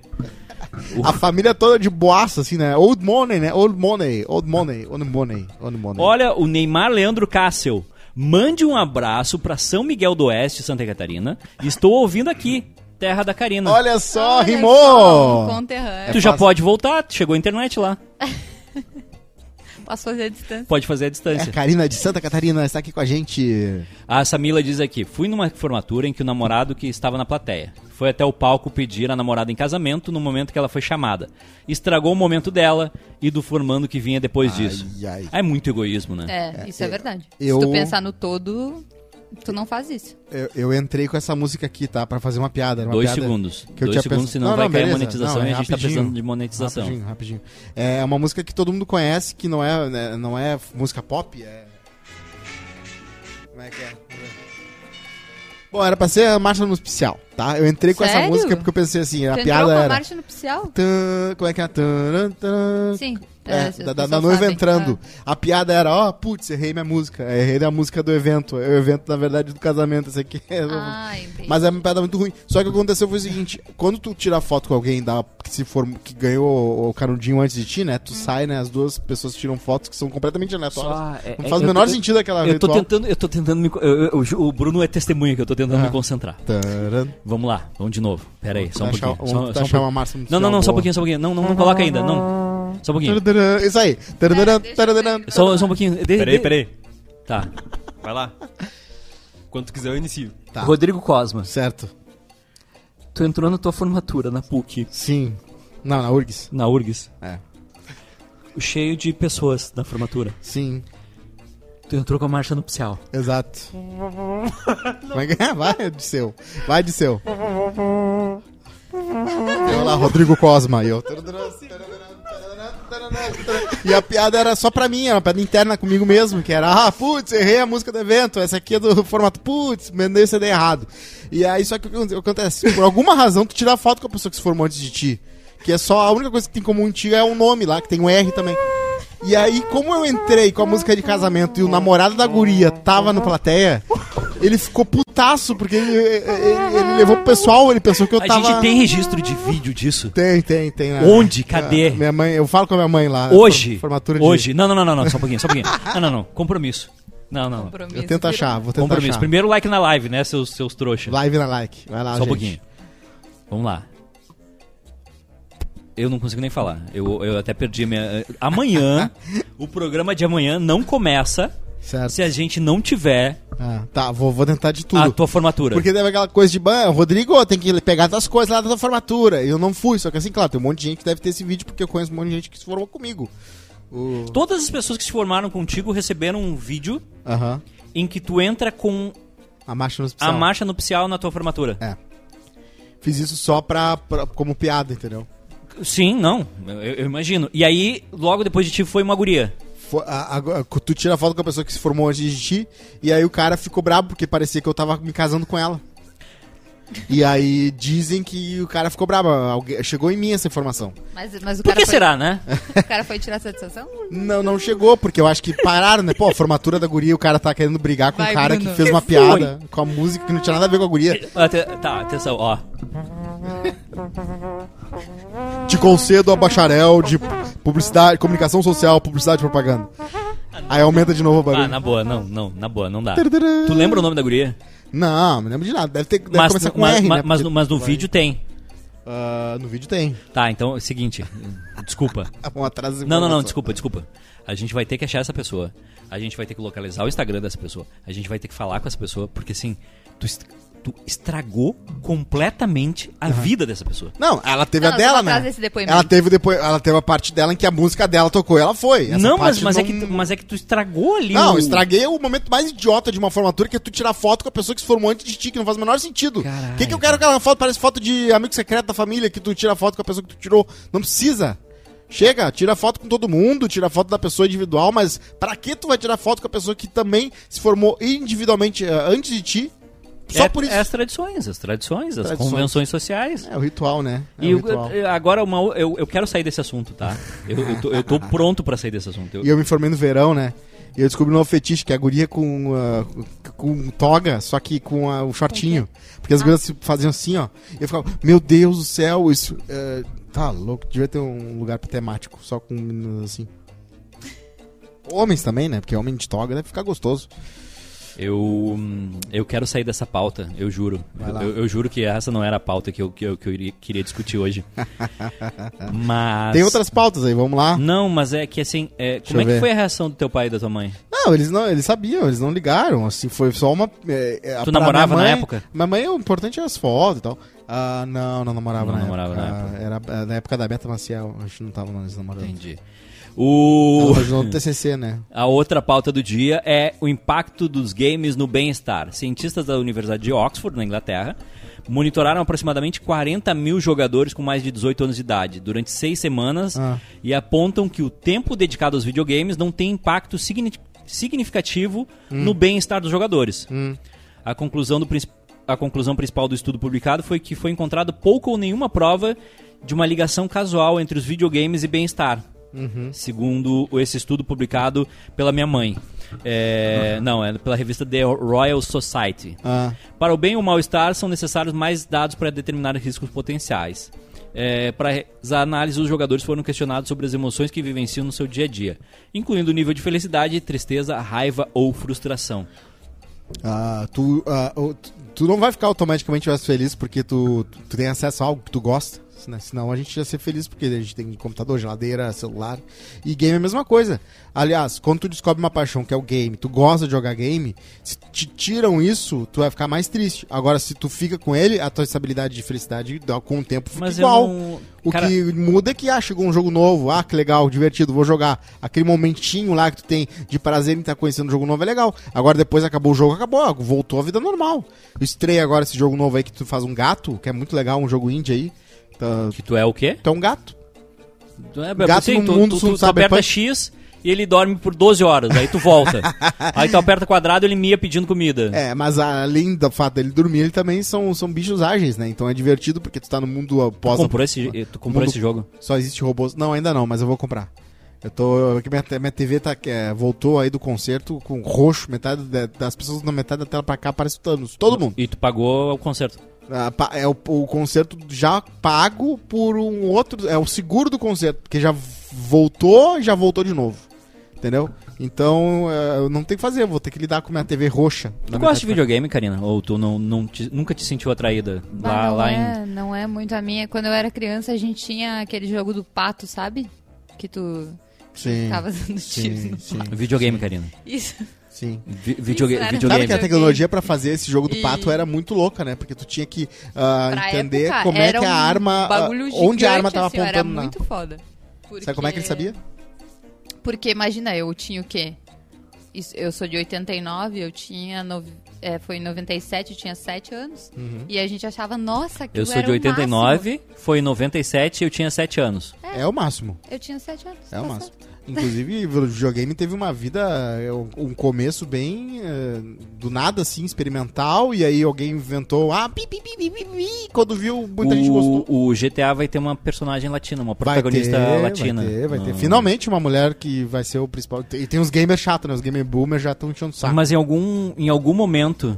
C: A família toda de boaça, assim, né? Old money, né? Old money, old money, old money, old money.
A: Né? Olha, o Neymar Leandro Cássio. Mande um abraço pra São Miguel do Oeste, Santa Catarina. Estou ouvindo aqui, terra da Karina.
C: Olha só,
B: Olha só,
C: rimou!
B: um Conterrâneo.
A: tu já
C: fácil.
A: pode voltar, chegou a internet lá.
B: Posso fazer a distância.
A: Pode fazer a
C: É a
A: distância.
C: Karina de Santa Catarina está aqui com a gente.
A: A Samila diz aqui: fui numa formatura em que o namorado que estava na plateia foi até o palco pedir a namorada em casamento no momento que ela foi chamada. Estragou o momento dela e do formando que vinha depois disso.
C: ai.
A: É muito egoísmo, né?
B: É, isso é verdade.
C: eu-
B: Se tu pensar no todo, tu não faz isso.
C: Eu, eu entrei com essa música aqui, tá? Pra fazer uma piada. era uma
A: Dois
C: piada
A: segundos.
C: eu
A: Dois
C: tinha
A: segundos,
C: pensado-
A: senão
C: Não,
A: vai
C: não,
A: cair a
C: beleza.
A: monetização
C: Não,
A: e
C: é
A: a gente tá
C: rapidinho,
A: precisando de monetização.
C: Rapidinho, rapidinho. É uma música que todo mundo conhece, que não é, né, não é música pop, é. Como é que é? Bom, era pra ser a marcha nupcial, tá? Eu entrei com essa
B: Sério?
C: música porque eu pensei assim, a
B: tu entrou
C: piada
B: com a
C: era.
B: marcha nupcial?
C: Tã, como é que é? Tã, tã,
B: Sim.
C: é,
B: as
C: da, da-
B: pessoas
C: da noiva
B: sabem. é.
C: entrando. A piada era, ó, putz, errei minha música. Errei a música do evento. É o evento, na verdade, do casamento. Esse aqui (laughs) é...
B: Ah, Ah, entendi.
C: Mas é uma piada muito ruim. Só que o que aconteceu foi o seguinte: quando tu tira foto com alguém da, que, se for, que ganhou o canudinho antes de ti, né? Tu sai, né? As duas pessoas tiram fotos que são completamente
A: Hum.
C: aleatórias.
A: Só- é-
C: não
A: é-
C: faz o
A: eu
C: menor
A: tô-
C: sentido aquela
A: Eu tô
C: ritual.
A: tentando, eu tô tentando me. co- eu- eu- eu- o Bruno é testemunha que eu tô tentando
C: Ah.
A: me concentrar.
C: Taran.
A: Vamos lá, vamos de novo. Pera aí, só um
C: Vamos
A: pouquinho. só-
C: achar- vamos
A: só um
C: achar
A: pouquinho.
C: uma massa muito
A: Não, não, não, só um
C: boa.
A: pouquinho, só um pouquinho. Não, não, não coloca ainda, não. Só um pouquinho.
C: Taran. Isso aí. Taran,
B: Cara,
C: taran,
B: deixa eu
C: taran.
B: ver.
A: Só, só um pouquinho. De-
D: Peraí,
A: de-
D: peraí.
A: Tá.
D: Vai lá. Quando tu quiser, eu inicio.
C: Tá.
A: Rodrigo Cosma,
C: Certo.
A: tu entrou na tua formatura na PUC,
C: Sim. Não, na URGS.
A: na URGS.
C: É.
A: Cheio de pessoas na formatura.
C: Sim.
A: Tu entrou com a marcha nupcial. (laughs)
C: Exato. Como é que é? Vai, Disseu. Vai, Disseu. Eu lá, Rodrigo Cosma. E eu. E a piada era só pra mim, era uma piada interna comigo mesmo, que era, ah, putz, errei a música do evento, essa aqui é do formato, putz, mandei o CD errado. E aí, só que o que acontece, por alguma razão, tu tira foto com a pessoa que se formou antes de ti, que é só, a única coisa que tem em comum em ti é um nome lá, que tem um R também. E aí, como eu entrei com a música de casamento e o namorado da guria tava na plateia, ele ficou putaço, porque ele, ele- ele levou pro pessoal, ele pensou que eu
A: A
C: tava...
A: gente tem registro de vídeo disso?
C: Tem, tem, tem. né?
A: Onde? Cadê?
C: Ah, Minha mãe, eu falo com a minha mãe lá.
A: Hoje?
C: for- Formatura de...
A: Hoje? Não, não, não, não, não, só um pouquinho, só um pouquinho. Não, não, não, compromisso. Não, não, não.
B: Compromisso.
C: Eu tento achar, vou tentar
A: Compromisso.
C: achar.
A: Primeiro like na live, né, seus, seus um trouxa.
C: Live na like. Vai lá,
A: Só um
C: gente.
A: pouquinho. Vamos lá. Eu não consigo nem falar. Eu, eu até perdi a minha. eh,
C: (laughs)
A: Amanhã, o programa de amanhã não começa
C: Certo.
A: se a gente não tiver
C: Ah, tá, vou, vou tentar de tudo.
A: a tua formatura.
C: Porque deve aquela coisa de ban, Rodrigo, tem que pegar as coisas lá da tua formatura. Eu não fui, só que assim, claro, tem um monte de gente que deve ter esse vídeo, porque eu conheço um monte de gente que se formou comigo. O-
A: Todas as pessoas que se formaram contigo receberam um vídeo
C: Aham.
A: em que tu entra com
C: A marcha no
A: a marcha nupcial na tua formatura.
C: Fiz isso só pra, pra- como piada, entendeu?
A: Sim, não. Eu, eu imagino. E aí, logo depois de ti, foi uma guria.
C: Fo- a- a- tu tira a foto com a pessoa que se formou antes de ti, e aí o cara ficou brabo, porque parecia que eu tava me casando com ela. E aí dizem que o cara ficou brabo. alguém- chegou em mim essa informação.
B: Mas, mas o
A: Por
B: cara
A: que
B: foi-
A: será, né?
B: O cara foi tirar satisfação?
C: Não, não chegou, porque eu acho que pararam, né? Pô, a formatura da guria, o cara tá querendo brigar com o
B: Vai,
C: cara
B: Bruno.
C: que fez uma piada com a música que não tinha nada a ver com a guria.
A: Ate- tá, atenção, ó.
C: Te concedo a bacharel de publicidade, comunicação social, publicidade e propaganda. Aí aumenta de novo o barulho.
A: Ah, na boa, não, não, na boa, não dá.
C: Tarará.
A: Tu lembra o nome da guria?
C: Não, não lembro de nada. Deve, ter, deve
A: mas,
C: começar com
A: mas,
C: R,
A: mas,
C: né?
A: mas no,
C: Porque-
A: mas no vídeo tem.
C: Ah, no vídeo tem.
A: Tá, então é o seguinte. Desculpa.
C: Ah, bom, atrás da
A: Não, não, não,
C: informação.
A: desculpa, desculpa. A gente vai ter que achar essa pessoa. A gente vai ter que localizar o Instagram dessa pessoa. A gente vai ter que falar com essa pessoa, porque assim, tu, est- tu estragou completamente a vida dessa pessoa.
C: Não, ela teve
B: Não,
C: a
B: eu
C: dela,
B: tava atrás
C: né?
B: desse depoimento.
C: Ela teve, depois, ela teve a parte dela em que a música dela tocou e ela foi. Essa
A: não, mas,
C: parte
A: mas, É
C: não-
A: que tu, mas é que tu estragou ali.
C: Não,
A: o-
C: estraguei o momento mais idiota de uma formatura, que é tu tirar foto com a pessoa que se formou antes de ti, que não faz o menor sentido.
A: Caralho.
C: O que, que eu quero com aquela foto? Parece foto de amigo secreto da família, que tu tira foto com a pessoa que tu tirou. Não precisa. Chega, tira foto com todo mundo, tira foto da pessoa individual, mas pra que tu vai tirar foto com a pessoa que também se formou individualmente eh, antes de ti? Só
A: é-
C: por isso.
A: É as tradições, as tradições, as
C: Tradições.
A: convenções sociais.
C: É o ritual, né? É
A: E
C: o
A: eu-
C: ritual.
A: eu- agora uma, o- eu, eu quero sair desse assunto, tá? Eu, eu tô, eu tô pronto pra sair desse assunto. Eu-
C: E eu me formei no verão, né? E eu descobri um novo fetiche, que é a guria com, ah, com toga, só que com ah, o Ah. shortinho. Porque as gurias se faziam assim, ó. E eu ficava, meu Deus do céu, isso. eh, tá louco, devia ter um lugar temático, só com meninas assim. Homens também, né? Porque homem de toga deve ficar gostoso.
A: Eu, hum, eu quero sair dessa pauta, eu juro.
C: Vai lá.
A: Eu, eu juro que essa não era a pauta que eu, que eu, que eu iria- queria discutir hoje.
C: (laughs)
A: Mas.
C: Tem outras pautas aí, vamos lá.
A: Não, mas é que assim, é,
C: eu
A: como é que
C: ver.
A: foi a reação do teu pai e da tua mãe?
C: Não, eles não, eles sabiam, eles não ligaram, assim, foi só uma... eh, eh, pra
A: namorava
C: minha mãe-
A: na época?
C: Minha mãe, o importante era as fotos e tal. Ah, não, não namorava
A: Não
C: na
A: namorava
C: época.
A: na época.
C: Era eh, na época da Beta Maciel, a gente não tava mais namorando.
A: Entendi. Uh. O,
C: Ela ajudou no TCC, né?
A: a outra pauta do dia é o impacto dos games no bem-estar. Cientistas da Universidade de Oxford, na Inglaterra, monitoraram aproximadamente 40 mil jogadores com mais de 18 anos de idade durante seis semanas
C: Ah.
A: e apontam que o tempo dedicado aos videogames não tem impacto signi- significativo no bem-estar dos jogadores. A conclusão, do princi- a conclusão principal do estudo publicado foi que foi encontrado pouca ou nenhuma prova de uma ligação casual entre os videogames e bem-estar. Segundo esse estudo publicado pela minha mãe. É, Não, é pela revista The Royal Society.
C: Ah,
A: Para o bem ou mal-estar, são necessários mais dados para determinar riscos potenciais. É, para as análises, os jogadores foram questionados sobre as emoções que vivenciam no seu dia a dia, incluindo o nível de felicidade, tristeza, raiva ou frustração.
C: ah, tu, ah, o- tu- tu não vai ficar automaticamente mais feliz porque tu, tu, tu tem acesso a algo que tu gosta. né? Senão a gente ia ser feliz porque a gente tem computador, geladeira, celular. E game é a mesma coisa. Aliás, quando tu descobre uma paixão que é o game, tu gosta de jogar game, se te tiram isso, tu vai ficar mais triste. Agora, se tu fica com ele, a tua estabilidade de felicidade dá- com o tempo fica
A: Mas
C: igual.
A: eu não...
C: O
A: Cara,
C: que muda é que ah, chegou um jogo novo, ah, que legal, divertido, vou jogar. Aquele momentinho lá que tu tem de prazer em estar conhecendo um jogo novo é legal. Agora depois acabou o jogo, acabou, ah, voltou a vida normal. Eu estreia agora esse jogo novo aí que tu faz um gato, que é muito legal, um jogo indie aí. Tá,
A: que tu é o quê?
C: tu é um gato.
A: Tu é,
C: Gato no mundo,
A: tu,
C: tu não
A: tu
C: sabe,
A: aperta
C: depois-
A: X e ele dorme por 12 horas, aí tu
C: (laughs)
A: volta. aí tu aperta quadrado e ele mia pedindo comida.
C: É, mas além do fato dele dormir, ele também são, são bichos ágeis, né? Então é divertido porque tu tá no mundo
A: tu
C: após
A: comprou, esse, tu comprou
C: mundo-
A: esse jogo?
C: Só existe robôs. Não, ainda não, mas eu vou comprar. Eu tô. é que Minha, te- minha TV tá, é, voltou aí do concerto com roxo, metade da- das pessoas na metade da tela pra cá parece o Thanos. Todo mundo.
A: E tu pagou o concerto.
C: Ah, pa- é o, o concerto já pago por um outro. É o seguro do concerto, porque já voltou e já voltou de novo. Entendeu? Então, é, eu não tenho o que fazer, eu vou ter que lidar com minha TV roxa.
A: Tu gosta de videogame, Karina? Ou tu não, não te- nunca te sentiu atraída lá,
B: Bah, não,
A: lá
B: é,
A: em...
B: não é muito a minha. Quando eu era criança, a gente tinha aquele jogo do pato, sabe? Que tu
C: Sim,
B: ficava dando tiros
C: sim,
B: no
C: sim,
A: Videogame, Karina.
B: (laughs) Isso.
C: sim.
A: Vi- videoga-
B: era-
C: Sabe que
A: videogame.
C: a tecnologia pra fazer esse jogo do
B: E-
C: pato era muito louca, né? Porque tu tinha que ah,
B: Pra
C: entender
B: época,
C: como é
B: era
C: que a
B: um
C: arma. ah,
B: bagulho
C: onde a arma
B: gigante,
C: tava
B: assim, ó,
C: apontando
B: Era
C: na.
B: muito foda. Porque-
C: Sabe como é que ele sabia?
B: Porque, imagina, eu tinha o quê? Isso- Eu sou de 89, eu tinha. nove- é, foi em 97, eu tinha 7 anos. E a gente achava, nossa, que
A: Uhum. Eu sou de 89, foi em 97 eu tinha 7 anos.
C: É. o máximo.
B: Eu tinha 7 anos.
C: É o
B: tá
C: máximo.
B: certo.
C: (laughs) Inclusive, o videogame teve uma vida, é, um- um começo bem eh, do nada, assim, experimental. E aí alguém inventou, ah, pi, pi, pi, pi, pi, pi, quando viu, muita gente gostou.
A: O, o GTA vai ter uma personagem latina, uma protagonista latina.
C: Vai ter, vai ter.
A: No-
C: Finalmente uma mulher que vai ser o principal. E tem uns gamers chatos, né? Os gamer boomers já estão enchendo o saco.
A: Mas em algum, em algum momento,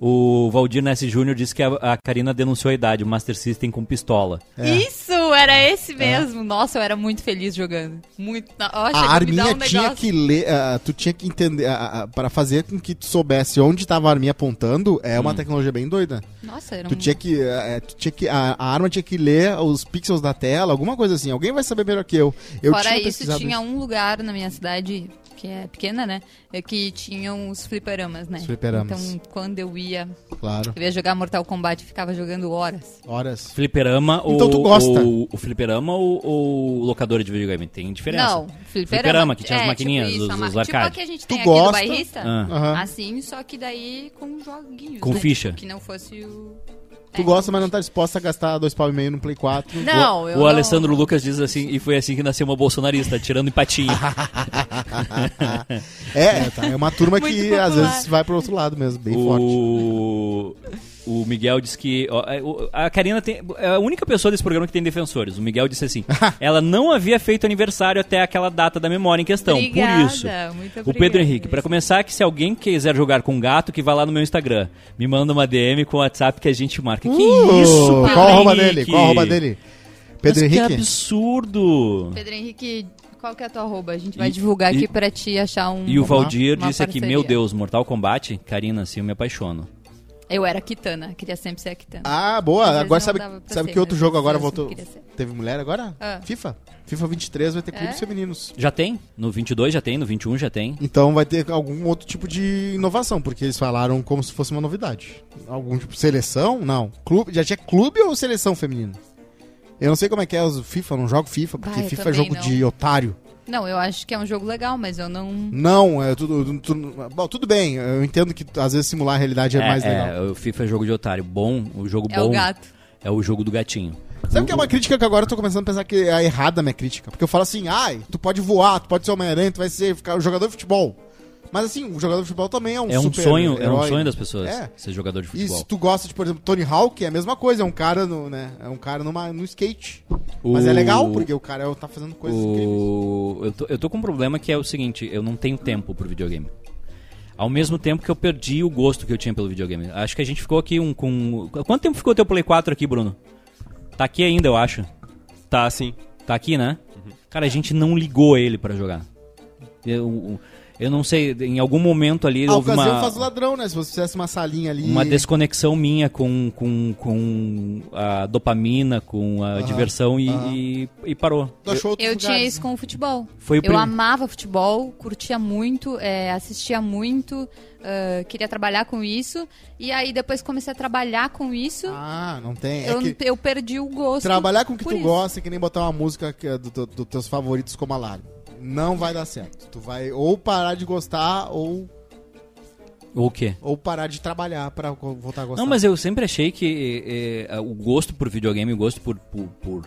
A: o Valdir Ness Júnior disse que a, a Karina denunciou a idade, o Master System com pistola.
C: É.
B: Isso, era esse mesmo. Nossa, eu era muito feliz jogando. Muito. na- Ó, chegou
C: A
B: me
C: arminha
B: dar um
C: tinha
B: negócio.
C: que ler, ah, tu tinha que entender, ah, ah, para fazer com que tu soubesse onde estava a arminha apontando, é
A: Hum.
C: uma tecnologia bem doida.
B: Nossa, era
C: Tu
B: um-
C: tinha que, ah, é, tu tinha que a, a arma tinha que ler os pixels da tela, alguma coisa assim. Alguém vai saber melhor que eu. Eu
B: Fora
C: tinha
B: isso,
C: pesquisado
B: tinha um lugar na minha cidade, que é pequena, né? É que tinham os fliperamas, né?
C: Os fliperamas.
B: Então, quando eu ia,
C: isso, claro.
B: eu ia jogar Mortal Kombat e ficava jogando horas.
C: Horas.
A: Fliperama ou,
C: Então tu gosta.
A: ou o fliperama ou, ou locadora de videogame? Tem diferença.
B: Não, fliperama.
A: Tipo Fliperama, que tinha as
B: é,
A: maquininhas,
B: tipo isso,
A: os-
B: a ma-
A: os
B: Tipo a
A: arcade.
B: que a gente
C: Tu
B: tem aqui
C: gosta?
B: do bairrista.
A: Ah.
C: Aham.
B: Assim, só que daí com joguinhos.
A: Com
B: né?
A: ficha.
B: Que não fosse o...
C: Tu
B: É.
C: gosta, mas não tá disposta a gastar dois pau e meio no Play 4.
B: Não, eu
A: o
B: não-
A: Alessandro Lucas diz assim, e foi assim que nasceu uma bolsonarista, tirando
C: (laughs)
A: empatinho.
C: É, é, tá, é uma turma que
B: Muito
C: às
B: popular.
C: vezes vai pro outro lado mesmo, bem forte.
A: o... o Miguel diz que. ó, é, o- a Karina tem, é a única pessoa desse programa que tem defensores. O Miguel disse
C: (laughs)
A: assim: ela não havia feito aniversário até aquela data da memória em questão.
B: obrigada,
A: então, por isso.
B: muito
A: O
B: obrigada.
A: Pedro Henrique, pra começar, que se alguém quiser jogar com gato, que vá lá no meu Instagram. Me manda uma DM com o WhatsApp que a gente marca. que
C: Uh,
A: isso, Pedro
C: Qual a rouba
A: Henrique?
C: dele? Qual a rouba dele?
B: é
C: Pedro
A: Mas Que
C: Henrique?
A: absurdo!
B: Pedro Henrique, qual que é a tua arroba? A gente vai
A: E-
B: divulgar
A: e-
B: aqui pra ti achar um...
A: E o Valdir
B: uma
A: disse aqui:
B: parceria.
A: Meu Deus, Mortal Kombat? Karina, assim eu me apaixono.
B: Eu era quitana, queria sempre ser a quitana.
C: Ah,
B: Às
C: boa.
B: vezes
C: Agora
B: não
C: sabe,
B: dava pra
C: sabe
B: ser, né?
C: que outro
B: mas
C: jogo agora
B: eu
C: voltou?
B: queria ser.
C: Teve mulher agora?
B: Ah. É?
C: FIFA. FIFA 23 vai ter clubes femininos.
A: Já tem? No 22 já tem, no 21 já tem.
C: Então vai ter algum outro tipo de inovação, porque eles falaram como se fosse uma novidade. Algum tipo de seleção? Não. Clube, já tinha clube ou seleção feminina? Eu não sei como é que é os FIFA, eu não jogo FIFA, porque
B: Bah, eu
C: FIFA é
B: também
C: jogo
B: não.
C: de otário.
B: Não, eu acho que é um jogo legal, mas eu não.
C: Não, é tudo, tudo- bom, tudo bem, eu entendo que às vezes simular a realidade é, mais legal.
A: o FIFA é jogo de otário. Bom, o jogo
B: É
A: bom
B: o gato.
A: é o jogo do gatinho.
C: Sabe
A: Uhum.
C: que é uma crítica que agora eu tô começando a pensar que é errada a minha crítica? Porque eu falo assim, ai, tu pode voar, tu pode ser Homem-Aranha, tu vai ser ficar um jogador de futebol. Mas assim, o jogador de futebol também é um
A: é um
C: super
A: sonho, é um
C: herói.
A: sonho das pessoas
C: É.
A: ser jogador de
C: E
A: futebol.
C: se tu gosta de, por exemplo, Tony Hawk, é a mesma coisa, é um cara no, né, é um cara numa, no skate. Mas é
A: O-
C: legal, porque o cara tá fazendo coisas incríveis.
A: o... eu, tô, eu tô com um problema que é o seguinte, eu não tenho tempo pro videogame. Ao mesmo tempo que eu perdi o gosto que eu tinha pelo videogame. Acho que a gente ficou aqui um com Quanto tempo ficou teu Play 4 aqui, Bruno? Tá aqui ainda, eu acho.
D: Tá, sim.
A: Tá aqui, né? Cara, a gente não ligou ele pra jogar. Eu, eu não sei, em algum momento ali
C: Ah, o
A: houve uma
C: Brasil faz o ladrão, né? Se você fizesse uma salinha ali...
A: uma desconexão minha com, com, com a dopamina, com a diversão e, e- e parou.
C: Tu achou outros
B: Eu
C: lugares,
B: tinha
C: né?
B: isso com o futebol.
A: Foi o
B: eu
A: prim-
B: amava futebol, curtia muito, é, assistia muito, ah, queria trabalhar com isso. E aí depois comecei a trabalhar com isso,
C: Ah, não tem. É
B: eu,
C: que
B: eu perdi o gosto.
C: trabalhar com o que
B: por
C: tu
B: isso.
C: gosta é que nem botar uma música que é do- do- dos teus favoritos como alarme. Não vai dar certo. Tu vai ou parar de gostar ou
A: Ou o quê?
C: ou parar de trabalhar pra co- voltar a gostar.
A: Não, mas eu sempre achei que eh, eh, o gosto por videogame, o gosto por. por, por...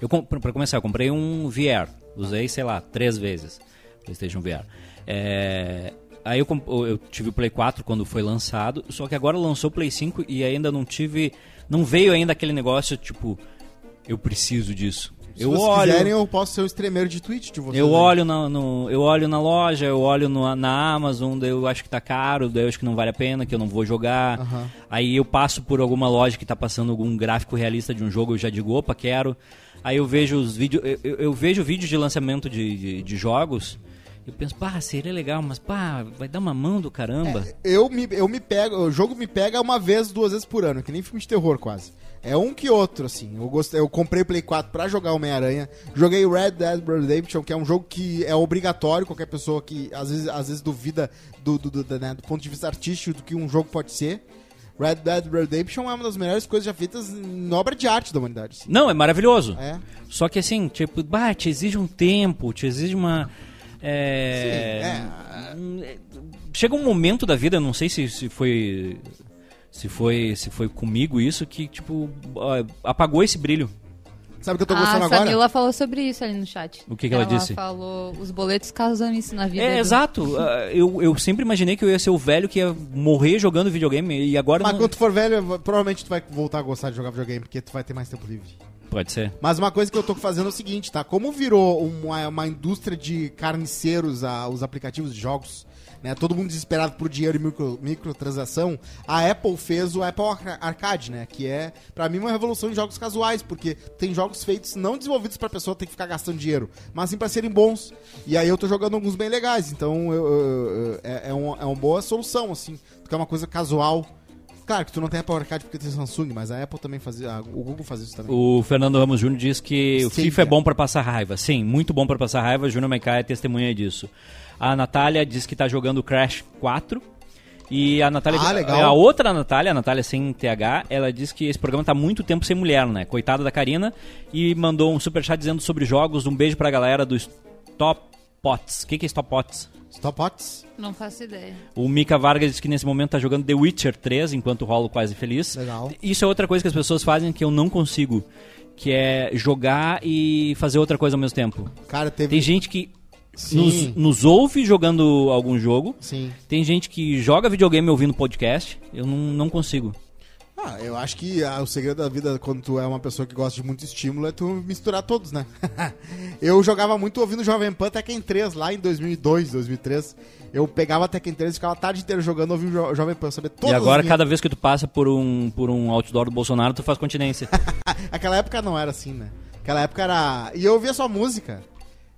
A: Eu, com- pra pra começar, eu comprei um VR. Usei, sei lá, três vezes. PlayStation VR. Eh, Aí eu, comp- eu tive o Play 4 quando foi lançado, só que agora lançou o Play 5 e ainda não tive. Não veio ainda aquele negócio tipo, eu preciso disso.
C: se
A: eu
C: vocês
A: olho.
C: quiserem, eu posso ser o streamer de Twitch de vocês.
A: Eu
C: né?
A: olho, na, no- eu olho na loja, eu olho no- na Amazon, daí eu acho que tá caro, daí eu acho que não vale a pena, que eu não vou jogar.
C: Aham.
A: Aí eu passo por alguma loja que tá passando algum gráfico realista de um jogo, eu já digo, opa, quero. Aí eu vejo os vídeos, eu, eu- eu vejo vídeos de lançamento de, de- de jogos Eu penso, pá, seria legal, mas pá, vai dar uma mão do caramba.
C: Eu me, eu me pego, o jogo me pega uma vez, duas vezes por ano, que nem filme de terror quase. É um que outro, assim. Eu, gostei, eu comprei o Play 4 pra jogar Homem-Aranha. Joguei Red Dead Redemption, que é um jogo que é obrigatório, qualquer pessoa que às vezes, às vezes duvida do, do, do, né, do ponto de vista artístico do que um jogo pode ser. Red Dead Redemption é uma das melhores coisas já feitas em obra de arte da humanidade. assim.
A: Não, é maravilhoso.
C: É.
A: Só que assim, tipo, bah, te exige um tempo, te exige uma. É,
C: Sim,
A: é, Chega um momento da vida, eu não sei se, se foi. Se foi, se foi comigo isso que, tipo, ó, apagou esse brilho.
C: Ah, Sabe o que eu tô gostando
B: Ah, A
C: agora?
B: Samila falou sobre isso ali no chat.
A: O que que ela disse?
B: Ela falou, os boletos causam isso na vida.
A: É,
B: do-
A: exato. Ah, Eu, eu sempre imaginei que eu ia ser o velho que ia morrer jogando videogame e agora.
C: Mas
A: não-
C: quando tu for velho, provavelmente tu vai voltar a gostar de jogar videogame, porque tu vai ter mais tempo livre.
A: Pode ser.
C: Mas uma coisa que eu tô fazendo é o seguinte, tá? Como virou uma, uma indústria de carniceiros a- os aplicativos de jogos, né? Todo mundo desesperado por dinheiro e micro, microtransação, a Apple fez o Apple Arca- Arcade, né? Que é, pra mim, uma revolução em jogos casuais, porque tem jogos feitos não desenvolvidos pra pessoa ter que ficar gastando dinheiro, mas sim pra serem bons. E aí eu tô jogando alguns bem legais, então eu- eu- eu- é, é um- é uma boa solução, assim, porque é uma coisa casual. Claro que tu não tem Apple Arcade porque tem Samsung, mas a Apple também fazia, a- o Google fazia isso também.
A: O Fernando Ramos Júnior diz que o
C: Sim,
A: FIFA é
C: cara.
A: bom pra passar raiva. Sim, muito bom pra passar raiva. Júnior Maiká é testemunha disso. A Natália diz que tá jogando Crash 4. E a Natália. é
C: Ah, legal.
A: A outra Natália, a Natália sem TH, ela diz que esse programa tá muito tempo sem mulher, né? Coitada da Karina. E mandou um superchat dizendo sobre jogos. Um beijo pra galera do Stop Pots. O que, que é Stop Pots?
C: Stop Pots?
B: Não faço ideia.
A: O Mika Vargas disse que nesse momento tá jogando The Witcher 3, enquanto rola o Quase Feliz.
C: Legal.
A: Isso é outra coisa que as pessoas fazem que eu não consigo, que é jogar e fazer outra coisa ao mesmo tempo.
C: Cara, teve. um-
A: Tem gente que
C: Sim.
A: nos, nos ouve jogando algum jogo,
C: Sim.
A: tem gente que joga videogame ouvindo podcast, eu não, não consigo.
C: Ah, eu acho que ah, o segredo da vida, quando tu é uma pessoa que gosta de muito estímulo, é tu misturar todos, né? (laughs) eu jogava muito ouvindo Jovem Pan Tekken 3 lá em 2002, 2003. Eu pegava Tekken 3 e ficava a tarde inteira jogando ouvindo jo Jovem Pan. Eu sabia todas
A: e agora,
C: as
A: cada vez que tu passa por um, por um outdoor do Bolsonaro, tu faz
C: (laughs)
A: continência.
C: Ah, Aquela época não era assim, né? Aquela época era... E eu ouvia só música.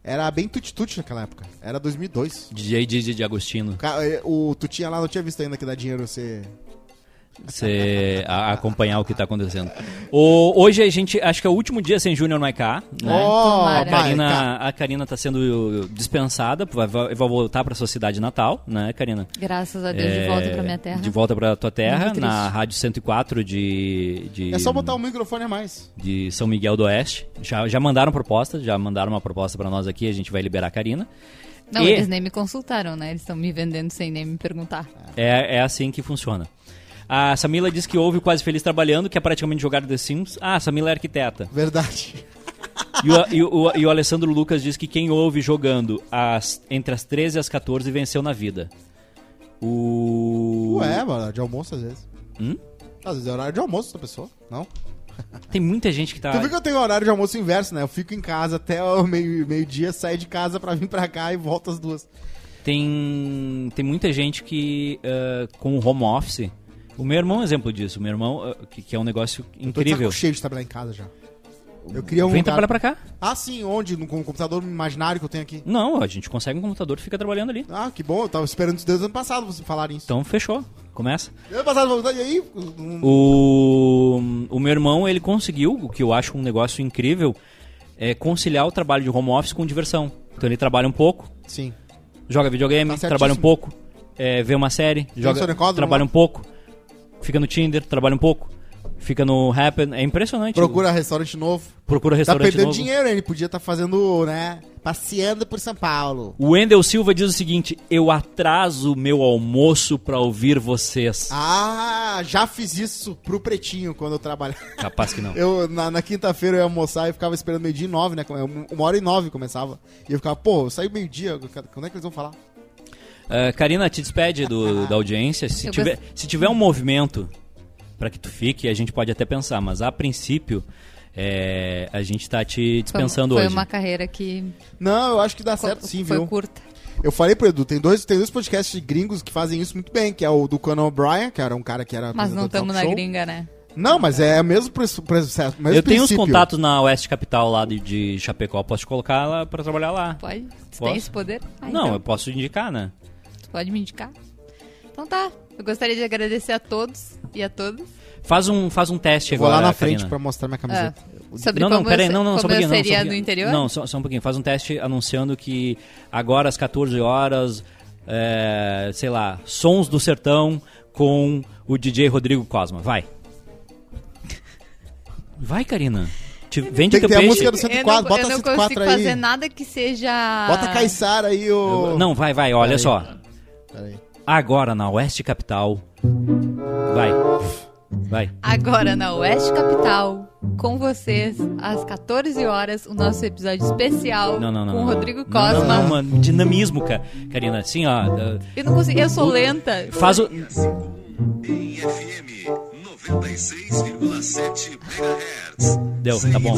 C: Era bem tut-tut naquela época. Era 2002.
A: DJ Didi de Agostino.
C: Ca- eh, O tu tinha lá, não tinha visto ainda que dá dinheiro você...
A: Você a- acompanhar o que tá acontecendo. O- hoje a gente, acho que é o último dia sem Júnior no IK, né?
B: Tomara.
A: A
C: vai, cara.
A: Karina, a Karina tá sendo dispensada, vai, vai vai voltar pra sua cidade natal, né, Karina?
B: Graças a Deus,
A: É,
B: de volta pra minha terra.
A: De volta pra tua terra,
B: Muito
A: na
B: triste.
A: Rádio 104 de, de,
C: É só botar um microfone a mais.
A: de São Miguel do Oeste. Já, já mandaram proposta, já mandaram uma proposta pra nós aqui, a gente vai liberar a Karina.
B: Não,
A: E-
B: eles nem me consultaram, né? Eles estão me vendendo sem nem me perguntar.
A: É, é assim que funciona. A Samila diz que houve o Quase Feliz Trabalhando, que é praticamente jogar The Sims. Ah, a Samila é arquiteta.
C: Verdade.
A: E o, e o- e o Alessandro Lucas diz que quem ouve jogando as- entre as 13 e as 14 venceu na vida. O.
C: Ué, mano, de almoço às vezes.
A: Hum?
C: Às vezes é horário de almoço da pessoa, não?
A: Tem muita gente que tá.
C: Tu viu que eu tenho horário de almoço inverso, né? Eu fico em casa até o meio- meio-dia, saio de casa pra vir pra cá e volto às duas.
A: Tem, tem muita gente que ah, com o home office. O meu irmão é um exemplo disso. O meu irmão, ah, que, que é um negócio
C: Tô de
A: incrível.
C: saco cheio de trabalhar em casa já. Eu queria um...
A: Vem
C: lugar-
A: trabalhar pra cá.
C: Ah, sim, onde? No, com o computador imaginário que eu tenho aqui.
A: Não, a gente consegue um computador e fica trabalhando ali.
C: Ah, que bom, eu tava esperando isso desde o ano passado você falar isso.
A: Então fechou. Começa.
C: Ano passado, voltando, e aí? Um-
A: O, o meu irmão, ele conseguiu, o que eu acho um negócio incrível, é conciliar o trabalho de home office com diversão. Então ele trabalha um pouco,
C: Sim.
A: joga videogame,
C: Tá certíssimo.
A: trabalha um pouco, é, vê uma série, joga,
C: sonocódromo
A: trabalha
C: lá?
A: um pouco, fica no Tinder, trabalha um pouco, fica no Happen. É impressionante.
C: Procura restaurante novo.
A: Procura
C: Tá
A: restaurante
C: perdendo
A: novo.
C: dinheiro, ele podia estar fazendo, né? Passeando por São Paulo.
A: O Wendel Silva diz o seguinte: Eu atraso meu almoço pra ouvir vocês.
C: Ah, já fiz isso pro Pretinho quando eu trabalhava.
A: Capaz que não.
C: Eu, na, na quinta-feira eu ia almoçar e ficava esperando meio-dia e nove, né? Come- Uma hora e nove começava. E eu ficava, pô, eu saí meio-dia, eu quero- quando é que eles vão falar?
A: Eh, Karina, te despede
B: (laughs)
A: do- da audiência. Se
B: Eu
A: tiver, se tiver um movimento pra que tu fique, a gente pode até pensar, mas a princípio. eh, a gente tá te
B: Foi- um-
A: dispensando
B: foi
A: hoje.
B: uma carreira que
C: Não, eu acho que dá certo
B: co-
C: sim,
B: foi
C: viu? Tá
B: curta.
C: Eu falei pro Edu, tem dois, tem dois podcasts gringos que fazem isso muito bem, que é o do Conan O'Brien, que era um cara que era
B: Mas não
C: apresentador de
B: estamos na
C: talk show.
B: gringa, né?
C: Não, mas é o mesmo processo. processo- mesmo
A: eu tenho os
C: princípio.
A: contatos na Oeste Capital lá de, de Chapecó, posso te colocar lá pra trabalhar lá.
B: Pode? Você
A: Posso?
B: tem esse poder? Ah,
A: Não,
B: então.
A: eu posso indicar, né?
B: Tu pode me indicar? Então tá. Eu gostaria de agradecer a todos e a todas.
A: Faz um, faz um teste
C: Vou
A: agora,
C: lá na
A: Karina.
C: frente pra mostrar minha camiseta.
B: Ah, sobre
A: não, não,
B: como
A: peraí,
B: eu, se-
A: não, não, só um
B: como eu
A: pouquinho. não, só um
B: seria do
A: pouquinho.
B: interior?
A: Não, só, só um pouquinho. Faz um teste anunciando que agora às 14 horas, é, sei lá, Sons do Sertão com o DJ Rodrigo Cosma. Vai. Vai, Karina. Te, vende
C: Tem que
A: teu
C: ter a
A: peixe.
C: música do
B: Eu
C: 104,
B: não,
C: bota
B: eu não
C: 104
B: consigo
C: aí.
B: fazer nada que seja...
C: Bota Caissara aí, ô.
A: Não, vai, vai, olha
C: Peraí.
A: só.
C: Peraí.
A: Agora na Oeste Capital. Vai. Vai.
B: Agora na Oeste Capital, com vocês, às 14 horas, o nosso episódio especial
A: Não, não, não.
B: com o
A: não.
B: Rodrigo
A: Não,
B: Cosma.
A: Não, não, mano. Dinamismo, ca- Karina. Assim, ó. eh,
B: Eu não consigo, eu sou lenta.
A: Faz o.
E: Em FM 96,7 MHz.
A: Deu, tá bom.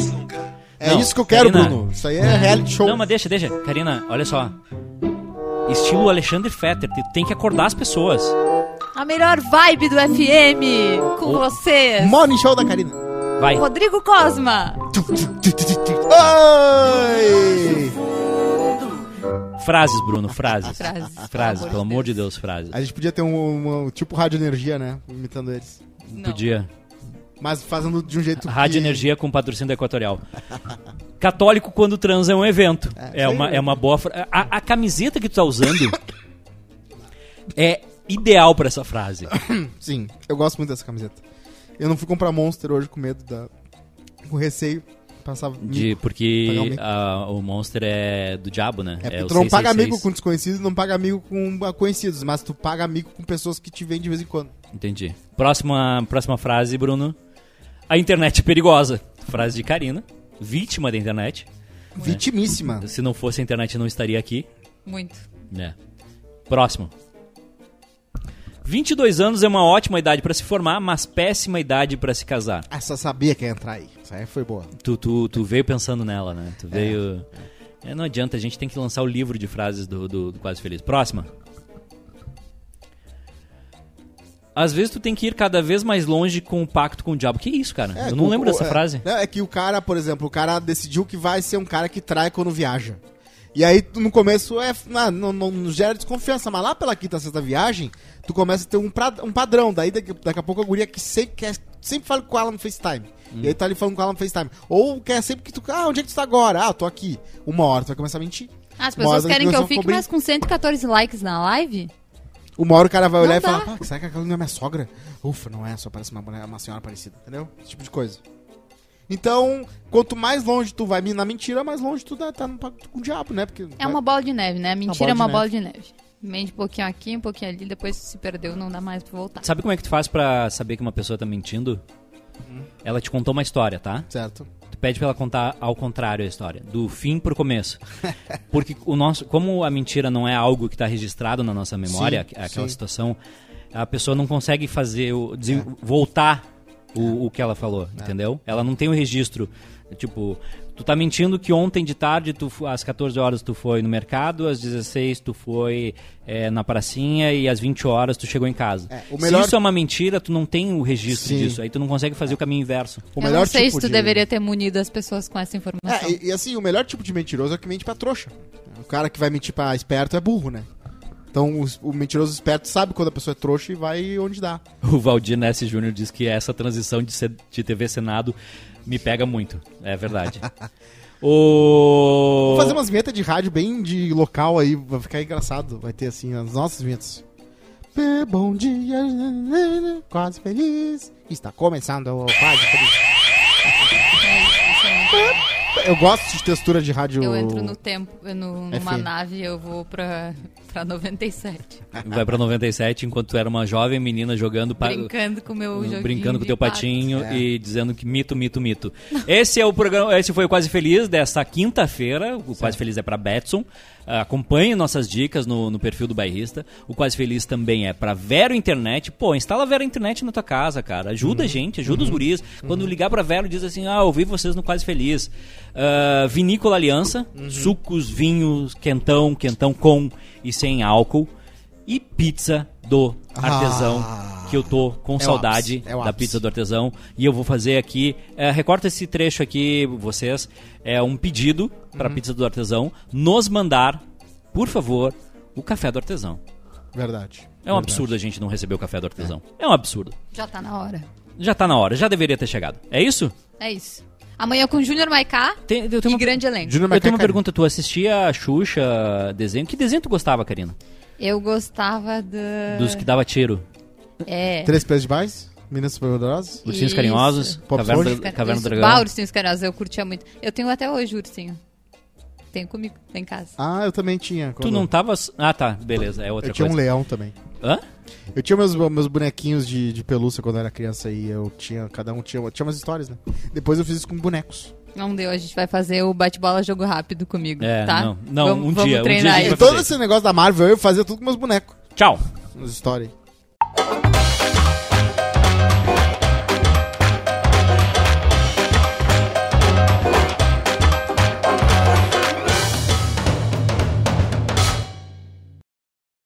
C: É
A: Não,
C: isso que eu quero,
A: Karina.
C: Bruno. Isso aí é reality show.
A: Não, mas deixa, deixa. Karina, olha só. Estilo Alexandre Fetter. Tu tem que acordar as pessoas.
B: A melhor vibe do FM, com
A: O-
B: vocês,
C: Morning show da Karina.
A: Vai.
B: Rodrigo Cosma.
C: Oi!
A: Frases, Bruno, frases.
B: Frases, pelo
A: Frases,
B: amor
A: pelo amor de Deus, frases.
C: A gente podia ter um, um- tipo rádio energia, né? Imitando eles.
B: Não.
A: Podia.
C: Mas fazendo de um jeito.
A: Rádio
C: que-
A: Energia com patrocínio da Equatorial. Católico quando transa é um evento. É,
C: isso aí
A: uma,
C: mesmo.
A: é uma boa. fra- A, a camiseta que tu tá usando é ideal pra essa frase.
C: Sim, eu gosto muito dessa camiseta. Eu não fui comprar Monster hoje com medo da. com receio. Passava.
A: De,
C: mico. Pagar o
A: porque
C: mico.
A: ah, o Monster é do diabo, né?
C: É, porque
A: o
C: tu não paga
A: 666.
C: amigo com desconhecidos, não paga amigo com ah, conhecidos, mas tu paga amigo com pessoas que te vêm de vez em quando.
A: Entendi. Próxima, próxima frase, Bruno. A internet é perigosa. Frase de Karina, vítima da internet. É.
C: Vitimíssima.
A: Se não fosse a internet, eu não estaria aqui.
B: Muito.
A: Né? Próximo. 22 anos é uma ótima idade pra se formar, mas péssima idade pra se casar.
C: Ah, só sabia que ia entrar aí. Isso aí foi boa.
A: Tu, tu, tu veio pensando nela, né? Tu veio. É, não adianta, a gente tem que lançar o livro de frases do, do- do Quase Feliz. Próxima. Às vezes tu tem que ir cada vez mais longe com o pacto com o diabo. Que isso, cara?
C: É,
A: Eu não
C: o-
A: lembro
C: o-
A: dessa
C: é,
A: frase.
C: não, É, que o cara, por exemplo, o cara decidiu que vai ser um cara que trai quando viaja. E aí, tu, no começo, é, ah, não, não, não gera desconfiança, mas lá pela quinta, sexta viagem, tu começa a ter um, pra- um padrão. Daí, daqui, daqui a pouco, a guria que sempre, quer, sempre fala com ela no FaceTime.
A: Hum.
C: E aí, tá ali falando com ela no FaceTime. Ou quer sempre que tu... Ah, onde é que tu tá agora? Ah, tô aqui. Uma hora, tu vai começar a mentir.
B: Ah, As
C: Uma hora
B: pessoas querem que eu
C: negociação
B: fique,
C: ficou bem-
B: mas com 114 likes na live?
C: Uma hora o cara vai
B: Não
C: olhar e
B: dá.
C: falar, Pá, será que aquela não é minha sogra? Ufa, não é, só parece uma, mulher- uma senhora parecida, entendeu? Esse tipo de coisa. Então, quanto mais longe tu vai na mentira, mais longe tu tá, tá no pacto com o diabo, né? Porque
B: É uma bola de neve, né? Mentira é
C: Uma
B: uma
C: bola
B: bola de neve. Mente um pouquinho aqui, um pouquinho ali, depois se perdeu, não dá mais pra voltar.
A: Sabe como é que tu faz pra saber que uma pessoa tá mentindo?
C: Uhum.
A: Ela te contou uma história, tá?
C: é, Certo.
A: Tu pede pra ela contar ao contrário a história, do fim pro
C: (laughs)
A: começo. Porque o nosso, como a mentira não é algo que tá registrado na nossa memória,
C: Sim,
A: aqu- aquela
C: sim. É.
A: situação, a pessoa não consegue fazer o de- voltar o, o que ela falou, entendeu? Ela não tem o registro. Tipo, tu tá mentindo que ontem de tarde tu fo- às 14 horas tu foi no mercado, às 16 tu foi eh, na pracinha e às 20 horas tu chegou em casa.
C: É, o melhor-
A: Se isso é uma mentira, tu não tem o registro
C: Sim. É.
A: disso, aí tu não consegue fazer o caminho inverso.
C: O
B: eu
C: melhor
B: não sei
C: tipo
B: se tu
C: de-
B: deveria ter munido as pessoas com essa
C: É,
B: informação.
C: e, e assim, o melhor tipo de mentiroso é o que mente pra trouxa. O cara que vai mentir pra esperto é burro, né? Então, os- o, mentiroso esperto sabe quando a pessoa é trouxa e vai onde dá.
A: (laughs) O Valdir Ness Júnior diz que essa transição de, C- de TV Senado me pega muito. É verdade. o...
C: Vou fazer umas vinhetas de rádio bem de local aí, vai ficar engraçado. Vai ter assim as nossas vinhetas. É, Bom dia, né, quase feliz. Está começando o quase feliz. Eu gosto de textura de rádio.
B: é Eu entro no
A: É
B: tempo, no- numa
C: FM.
B: nave e eu vou pra, pra 97.
A: Vai pra 97 enquanto tu era uma jovem menina jogando... pa-
B: brincando com o meu joguinho.
A: Hum, brincando com
B: de
A: teu
B: pato.
A: patinho e dizendo que mito, mito, mito. Esse é o programa, esse foi o Quase Feliz dessa quinta-feira. O Quase Feliz é pra Betson. Ah, Acompanhe nossas dicas no, no perfil do bairrista. O Quase Feliz também é pra Vero Internet. Pô, instala a Vero Internet na tua casa, cara. Ajuda a gente, ajuda os guris. Quando ligar pra Vero, diz assim: "Ah, ouvi vocês no Quase Feliz". Ah, vinícola Aliança, sucos, vinhos, quentão, quentão com e sem álcool e pizza do artesão que eu tô com
C: o
A: saudade
C: ápice, é o
A: da
C: ápice.
A: pizza do artesão. E eu vou fazer aqui. é, recorta esse trecho aqui, vocês. É um pedido
C: Uhum.
A: pra pizza do artesão nos mandar, por favor, o café do artesão.
C: Verdade.
A: É um absurdo a gente não receber o café do artesão. É. um absurdo.
B: Já tá na hora.
A: Já tá na hora, já deveria ter chegado. É isso?
B: É isso. Amanhã com Júnior Maiká
A: Tem, eu
B: e
A: tenho uma,
B: grande elenco.
C: Júnior
A: eu tenho uma
C: Macaca-
A: pergunta, tu assistia a Xuxa desenho? Que desenho tu gostava, Karina?
B: Eu gostava da...
A: Dos que dava tiro.
B: É.
C: Três pés de paz? Meninas superpoderosas?
A: Ursinhos
B: Isso.
A: Carinhosos,
C: Pop
A: Caverna,
C: Soul.
A: do- Caverna do
B: Isso.
A: Dragão.
B: Bah, ursinhos carinhosos, eu curtia muito. Eu tenho até hoje o ursinho. Tenho comigo, tem em casa.
C: Ah, eu também tinha.
A: Tu
C: quando-
A: não tava... Ah, tá, beleza, é outra
C: Eu tinha
A: coisa.
C: um leão também.
A: Hã?
C: Eu tinha meus, meus bonequinhos de, de pelúcia quando eu era criança e eu tinha, cada um tinha, tinha umas histórias, né? Depois eu fiz isso com bonecos.
B: Não deu, a gente vai fazer o bate-bola jogo rápido comigo,
A: É,
B: tá?
A: não. Não, um dia, um dia a
B: treinar
A: gente
B: isso.
C: E
A: vai
C: todo
A: fazer.
C: esse negócio da Marvel eu fazia tudo com meus bonecos.
A: Tchau.
C: As histórias.